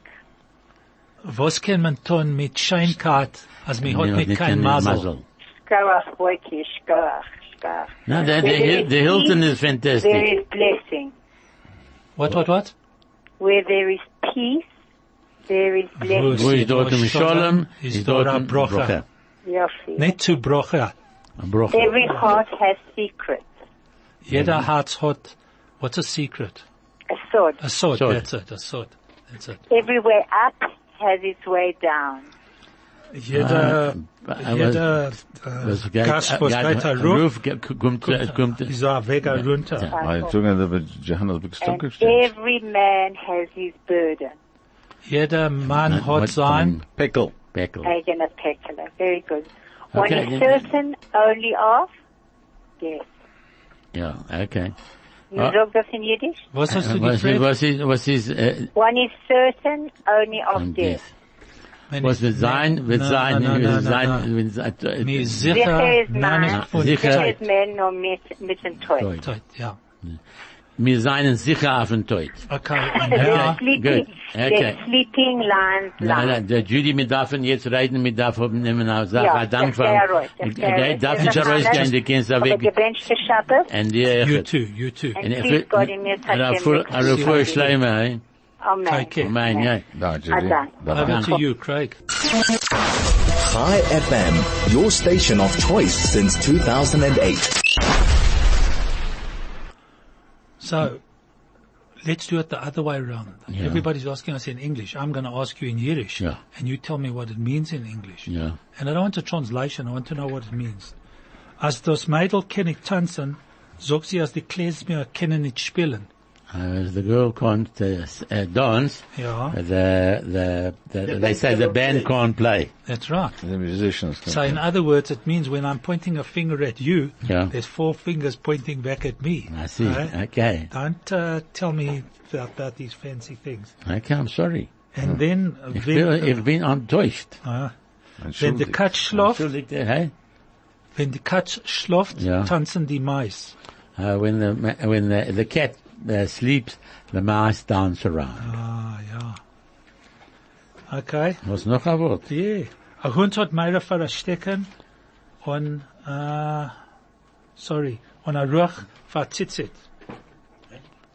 Speaker 1: Was kann man tun mit Scheinkart, als mir
Speaker 2: Ja,
Speaker 1: hat nicht kein
Speaker 2: in
Speaker 1: Masel?
Speaker 6: Shkoach, boiki, shkoach, shkoach.
Speaker 2: Na, der, der, Nou, Hil- der Hilton ist
Speaker 6: There
Speaker 2: fantastisch.
Speaker 6: is blessing.
Speaker 1: What, what, what?
Speaker 6: Where there is peace, there is blessing.
Speaker 2: Wo ist dort im Scholem?
Speaker 1: Ist dort ein Brocher.
Speaker 6: Yofi.
Speaker 1: Nicht zu Brocher.
Speaker 2: Ein Brocher.
Speaker 6: Every heart has secrets.
Speaker 2: Mhm.
Speaker 1: Jeder Herz hat, what's a secret?
Speaker 6: A sword.
Speaker 1: A sword,
Speaker 2: Sword.
Speaker 1: that's it, a sword. That's it.
Speaker 6: Every way up has its way down.
Speaker 1: Jeder,
Speaker 2: Ah,
Speaker 1: jeder,
Speaker 2: Was
Speaker 1: äh,
Speaker 2: geht,
Speaker 1: Gast, was
Speaker 2: geht-
Speaker 1: geht, er ruft,
Speaker 2: Ruf, ge- kommt, kommt,
Speaker 1: ist er weg, er runter.
Speaker 4: I took it over Johannes
Speaker 6: And
Speaker 4: Bukstokic.
Speaker 6: every man has his burden.
Speaker 1: Jeder
Speaker 2: Ah,
Speaker 1: Mann hat sein,
Speaker 4: Pickle.
Speaker 2: Beckel.
Speaker 6: Pagan of Pekala. Very good. One
Speaker 2: Okay, then-
Speaker 6: is certain only of death.
Speaker 2: Ja, okay. Eh,
Speaker 6: You
Speaker 2: Ah.
Speaker 6: sagt das in Jiddisch?
Speaker 1: Was hast du
Speaker 2: Was,
Speaker 1: gefragt?
Speaker 2: was ist, was ist, äh,
Speaker 6: One is certain only of
Speaker 2: und
Speaker 6: death.
Speaker 2: das?
Speaker 1: Wenn
Speaker 2: was
Speaker 1: ich-
Speaker 2: wird sein, wird
Speaker 1: Nein,
Speaker 2: sein,
Speaker 1: nein,
Speaker 2: wird
Speaker 1: nein,
Speaker 2: sein,
Speaker 1: nein,
Speaker 2: wird sein,
Speaker 1: nein. Mir ist
Speaker 2: äh,
Speaker 1: sicher,
Speaker 6: Sicher ist
Speaker 1: nein,
Speaker 6: nein.
Speaker 1: nicht von
Speaker 2: Sicher.
Speaker 6: Sicher
Speaker 1: Zeit.
Speaker 6: ist man nur mit, mit dem Teufel.
Speaker 2: Teut.
Speaker 1: Zeit, Ja,
Speaker 2: Wir seien sicher auf den Teut.
Speaker 1: okay. und
Speaker 6: The
Speaker 1: Ja,
Speaker 6: sleeping,
Speaker 2: good.
Speaker 6: the
Speaker 2: Okay.
Speaker 6: sleeping land,
Speaker 2: Nein,
Speaker 6: land.
Speaker 2: nein, der Judy, wir dürfen jetzt reden, wir dürfen nehmen auf
Speaker 6: Ja,
Speaker 2: Sache,
Speaker 6: das
Speaker 2: danke für,
Speaker 6: wäre ruhig, das wäre
Speaker 2: okay,
Speaker 6: ruhig.
Speaker 2: darf
Speaker 6: Das
Speaker 2: ich
Speaker 6: ist
Speaker 2: rausgehen,
Speaker 6: alles.
Speaker 2: die Kinder
Speaker 6: Aber
Speaker 2: weg,
Speaker 6: gewünschte Schabbos,
Speaker 2: und die,
Speaker 1: you too, you too.
Speaker 6: And
Speaker 2: und er,
Speaker 6: please God in mir, touch
Speaker 2: er,
Speaker 6: him with
Speaker 2: er,
Speaker 6: his
Speaker 2: er,
Speaker 6: mercy.
Speaker 2: Schleimer, hey?
Speaker 6: Amen.
Speaker 1: Take care.
Speaker 2: Mein, ja.
Speaker 4: Da,
Speaker 6: Ah, da.
Speaker 1: Over to you, Craig.
Speaker 5: High FM, your station of choice since 2008.
Speaker 1: So let's do it the other way around. Everybody's asking us in English. I'm going to ask you in Yiddish,
Speaker 2: Yeah.
Speaker 1: and you tell me what it means in English.
Speaker 2: Yeah.
Speaker 1: And I don't want a translation. I want to know what it means. As das Mädel kenne ich tanzen, sagt sie, als die Klezmer kennen nicht spielen.
Speaker 2: As the girl can't uh, s- uh, dance,
Speaker 1: Yeah.
Speaker 2: the, the, the, they say the band can't play.
Speaker 1: That's right.
Speaker 4: The musicians.
Speaker 1: So in other words, it means when I'm pointing a finger at you,
Speaker 2: Yeah.
Speaker 1: there's four fingers pointing back at me.
Speaker 2: I see.
Speaker 1: Right?
Speaker 2: Okay.
Speaker 1: Don't uh, tell me about, about these fancy things.
Speaker 2: Okay, I'm sorry.
Speaker 1: And then,
Speaker 2: Ich
Speaker 1: then,
Speaker 2: bin, ich bin enttäuscht.
Speaker 1: uh, wenn der
Speaker 4: Entschuldigt.
Speaker 1: Katz schläft,
Speaker 2: Entschuldigt, hey?
Speaker 1: Wenn die Katz schläft,
Speaker 2: Ja.
Speaker 1: tanzen die Mais.
Speaker 2: Uh, when the, ma- when the, the cat uh, sleeps, the mice dance around.
Speaker 1: Ah, ja. Okay.
Speaker 2: Was noch ein Wort?
Speaker 1: Yeah. A Hund hat Meira verstecken und, äh, sorry, und a Ruch verzitzit.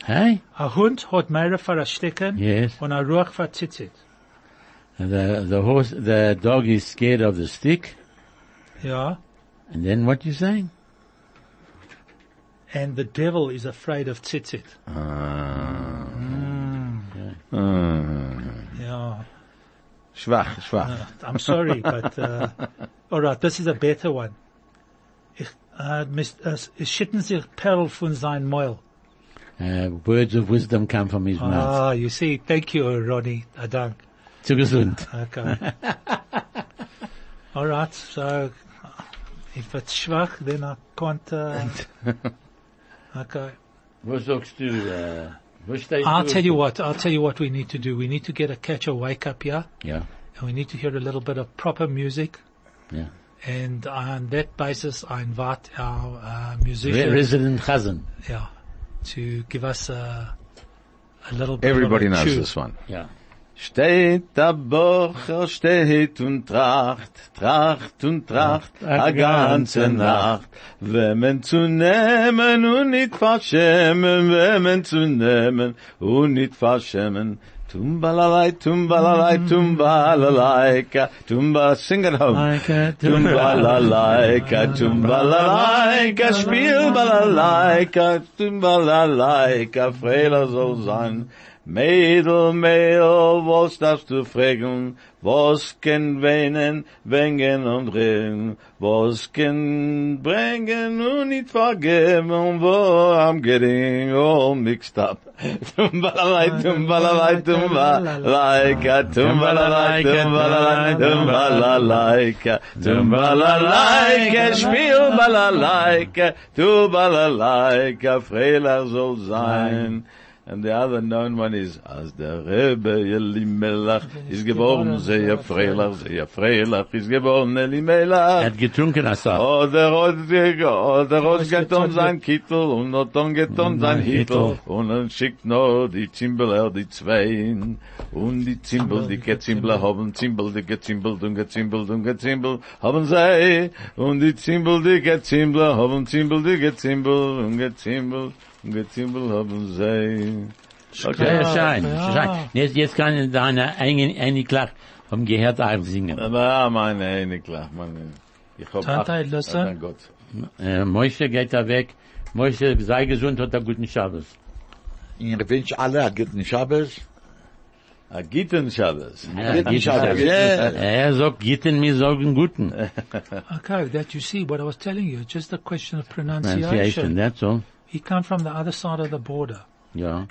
Speaker 2: Hey?
Speaker 1: A Hund hat Meira verstecken
Speaker 2: Yes.
Speaker 1: und a Ruch verzitzit.
Speaker 2: The, the horse, the dog is scared of the stick.
Speaker 1: Ja.
Speaker 2: And then what you saying?
Speaker 1: And the devil is afraid of tzitzit. Mm. Yeah. Uh,
Speaker 4: Schwach, schwach.
Speaker 1: I'm sorry, but uh, all right, this is a better one. Ich, uh, mis, uh, schitten sich Perl von sein Meul.
Speaker 2: Uh, words of wisdom come from his mouth.
Speaker 1: Ah, you see, thank you, Ronnie. I dank.
Speaker 2: Zu gesund.
Speaker 1: Okay. all right, so if it's schwach, then I can't. Uh, okay.
Speaker 2: Was sagst du, äh, was steht
Speaker 1: I'll
Speaker 2: du?
Speaker 1: tell you what. I'll tell you what we need to do. We need to get a catcher wake up here,
Speaker 2: Ja,
Speaker 1: and we need to hear a little bit of proper music.
Speaker 2: ja.
Speaker 1: And on that basis, I invite our uh,
Speaker 2: Re
Speaker 1: musicians.
Speaker 2: Resident Chazan.
Speaker 1: yeah, to give us a, a little bit
Speaker 4: Everybody
Speaker 1: of a
Speaker 4: knows
Speaker 1: tune.
Speaker 4: this one.
Speaker 2: Ja.
Speaker 4: Steht der Bocher, steht und tracht, tracht und tracht, a Ah, ganze Nacht. Wenn man zu nehmen und nicht verschämen, wenn man zu nehmen und nicht verschämen. Tumbalalai, tumbalalai, tumbalaika, tumba, sing at home.
Speaker 2: Like
Speaker 4: Tumbalaika, tumbalaika, spielbalalaika, tumbalaika, Freiler soll sein. Mädel, Mädel, was darfst du fragen? Was kann weinen, wengen und regen? Was kann bringen und nicht vergeben? Wo am gering, all mixed up. Tumbalalai, tumbalalai, tumbalaika, tumbalalai, tumbalalai, tumbalaika, tumbalaika, spiel balalaika, tu balalaika, Freiler soll sein. And the other known one is, as the Rebbe Elimelach is geboren, sehr Freilach, sehr Freilach is geboren, Elimelach.
Speaker 2: Er hat getrunken,
Speaker 1: Oh,
Speaker 2: Asa.
Speaker 4: Oder Rodrigo, oder
Speaker 1: getan
Speaker 4: Rosgaton sein
Speaker 1: wird.
Speaker 4: Kittel und Oton getan sein Hittel
Speaker 2: Hittel.
Speaker 4: und dann schickt nur die Zimbeler die Zweien und die Zimbel, die Gezimbel haben Zimbel, die Gezimbel und Gezimbel und Gezimbel haben sei und die Zimbel, die Gezimbel haben Zimbel, die Gezimbel und Gezimbel und Gezimbel haben sei.
Speaker 2: Sehr
Speaker 4: Okay.
Speaker 2: schön,
Speaker 1: ja.
Speaker 2: schön. Jetzt, jetzt kann deine eigene, eine Klach vom Gehirn auch singen.
Speaker 4: Na, ah, meine, eine klar, meine. Ich hab Ah,
Speaker 1: Tante Elsa?
Speaker 4: Mein Gott.
Speaker 2: Äh, Moshe geht da weg. Moshe, sei gesund, hat einen guten Schabes.
Speaker 3: Ich wünsche alle einen guten Schabbos.
Speaker 4: A Gitten Shabbos.
Speaker 2: Ja,
Speaker 3: guten Schabes.
Speaker 2: Ja, Er sagt, gitten, mir sagen guten. Äh,
Speaker 1: Okay, that you see what I was telling you. Just a question of
Speaker 2: Pronunciation,
Speaker 1: pronunciation.
Speaker 2: that's all.
Speaker 1: He come from the other side of the border.
Speaker 2: Yeah.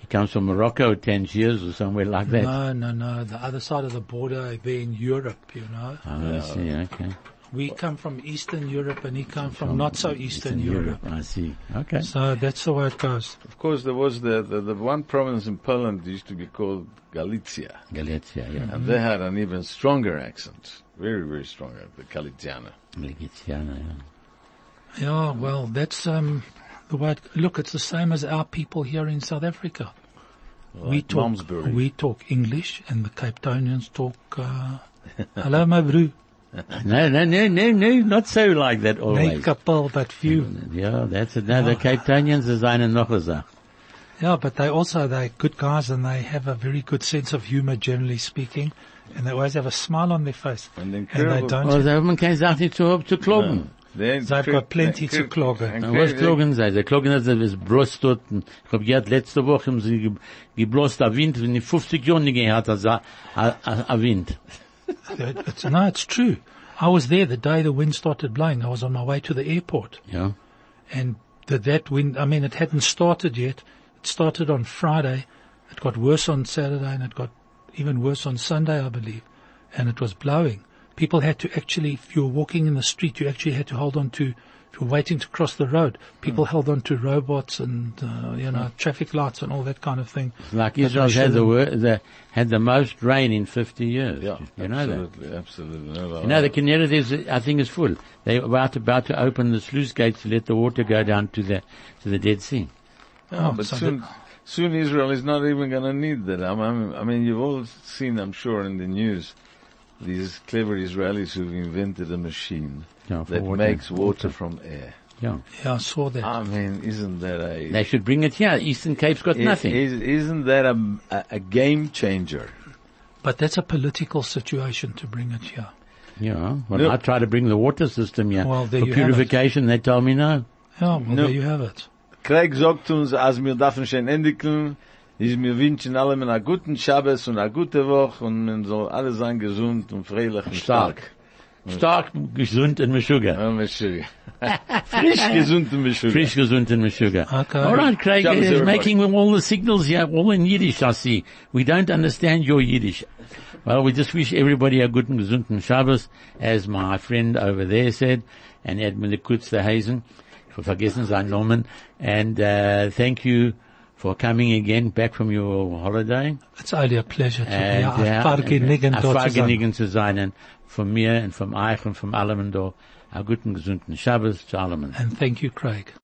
Speaker 2: He comes from Morocco, Tangiers or somewhere like that. Uh,
Speaker 1: No, no, no. The other side of the border, being Europe, eh, you know.
Speaker 2: Oh, I Ah, see, okay.
Speaker 1: We come from Eastern Europe and he come from not so Eastern Europe.
Speaker 2: I see. Okay.
Speaker 1: So that's the way it goes.
Speaker 4: Of course, there was the, the, the one province in Poland used to be called Galicia,
Speaker 2: Galicia, yeah.
Speaker 4: and they had an even stronger accent, very very strong, uh, the Galiciana.
Speaker 2: Galiciana, yeah.
Speaker 1: Yeah, well, that's um, the way. It, look, it's the same as our people here in South Africa. we
Speaker 4: like
Speaker 1: talk
Speaker 4: Malmesbury.
Speaker 1: we talk English, and the Cape Townians talk. Uh, hello, my bro.
Speaker 2: No, no, no, no, no, not so like that
Speaker 1: They
Speaker 2: always.
Speaker 1: couple, but few.
Speaker 2: Yeah, that's it. No, the Cape Townians is eine noch eine Sache.
Speaker 1: Yeah, but they also they're good guys, and they have a very good sense of humor, generally speaking, and they always have a smile on their face.
Speaker 4: And then
Speaker 1: they
Speaker 4: Kerala-
Speaker 1: don't.
Speaker 2: Also, sie haben keine Sache nicht zu, zu kloppen.
Speaker 4: They
Speaker 1: So I've got plenty to clog it.
Speaker 2: Und was
Speaker 4: clog
Speaker 2: klogen sie? Sie klogen, dass sie das Brust dort, ich hab gehört, letzte Woche haben sie ge- geblost der Wind, wenn die 50 Jahre nicht gehabt hat, also, a, a, a Wind.
Speaker 1: It- It's, no, it's true. I was there the day the wind started blowing. I was on my way to the airport.
Speaker 2: Ja.
Speaker 1: and that that wind, I mean, it hadn't started yet. It started on Friday. It got worse on Saturday and it got even worse on Sunday, I believe. And it was blowing. People had to actually, if you were walking in the street, you actually had to hold on to, if you were waiting to cross the road,
Speaker 4: Hmm.
Speaker 1: people held on to robots and, uh, you know, traffic lights and all that kind of thing.
Speaker 2: Like
Speaker 1: But
Speaker 2: Israel
Speaker 1: we
Speaker 2: had the,
Speaker 1: shouldn't-
Speaker 2: wor- the, had the most rain in 50 years.
Speaker 4: Yeah,
Speaker 2: You know that?
Speaker 4: absolutely, absolutely. No, no,
Speaker 2: You know, the Canada is, I think, is full. They were about, about to open the sluice gates to let the water go down to the, to the Dead Sea.
Speaker 1: Oh,
Speaker 4: but
Speaker 1: so
Speaker 4: soon, soon Israel is not even going to need that. I mean, I mean, you've all seen, I'm sure, in the news, these clever Israelis who've invented a machine
Speaker 2: Yeah, for
Speaker 4: that
Speaker 2: water.
Speaker 4: makes water from air.
Speaker 2: Yeah.
Speaker 1: yeah, I saw that.
Speaker 4: I mean, isn't that a
Speaker 2: They should bring it here. Eastern Cape's got
Speaker 4: i-
Speaker 2: nothing.
Speaker 4: is- isn't that a, a, a game changer?
Speaker 1: but that's a political situation to bring it here.
Speaker 2: yeah. Well,
Speaker 4: Look.
Speaker 2: I try to bring the water system here
Speaker 1: Well, there
Speaker 2: for
Speaker 1: you have it.
Speaker 2: purification. They told me no.
Speaker 1: Yeah, well,
Speaker 4: No.
Speaker 1: there you have it.
Speaker 4: Craig sagt uns, als wir dürfen schön endigen, ist mir wünschen allem einen guten Schabbos und eine gute Woche und man soll alle sein gesund und freilich und stark.
Speaker 2: Stark. Stark, gesund and Meshuggah.
Speaker 4: Ja, mit Sugar. Frisch gesund und mit Sugar.
Speaker 2: Frisch gesund and Meshuggah.
Speaker 1: Okay.
Speaker 2: All right, Craig
Speaker 4: Jump
Speaker 2: is
Speaker 4: to everybody.
Speaker 2: making all the signals here, all in Yiddish, I see. We don't understand your Yiddish. Well, we just wish everybody a good and gesund and Shabbos, as my friend over there said, and Edmund Kutz the Hazen, for vergessen sein Namen. And, uh, thank you for coming again back from your holiday.
Speaker 1: It's only a pleasure to
Speaker 2: And,
Speaker 1: be a Fargenigen
Speaker 2: ein
Speaker 1: dort zu sein.
Speaker 2: Fargenigen zu sein. And von mir und vom Eich und vom Allem und da, a guten, gesunden Shabbos zu allem.
Speaker 1: And thank you, Craig.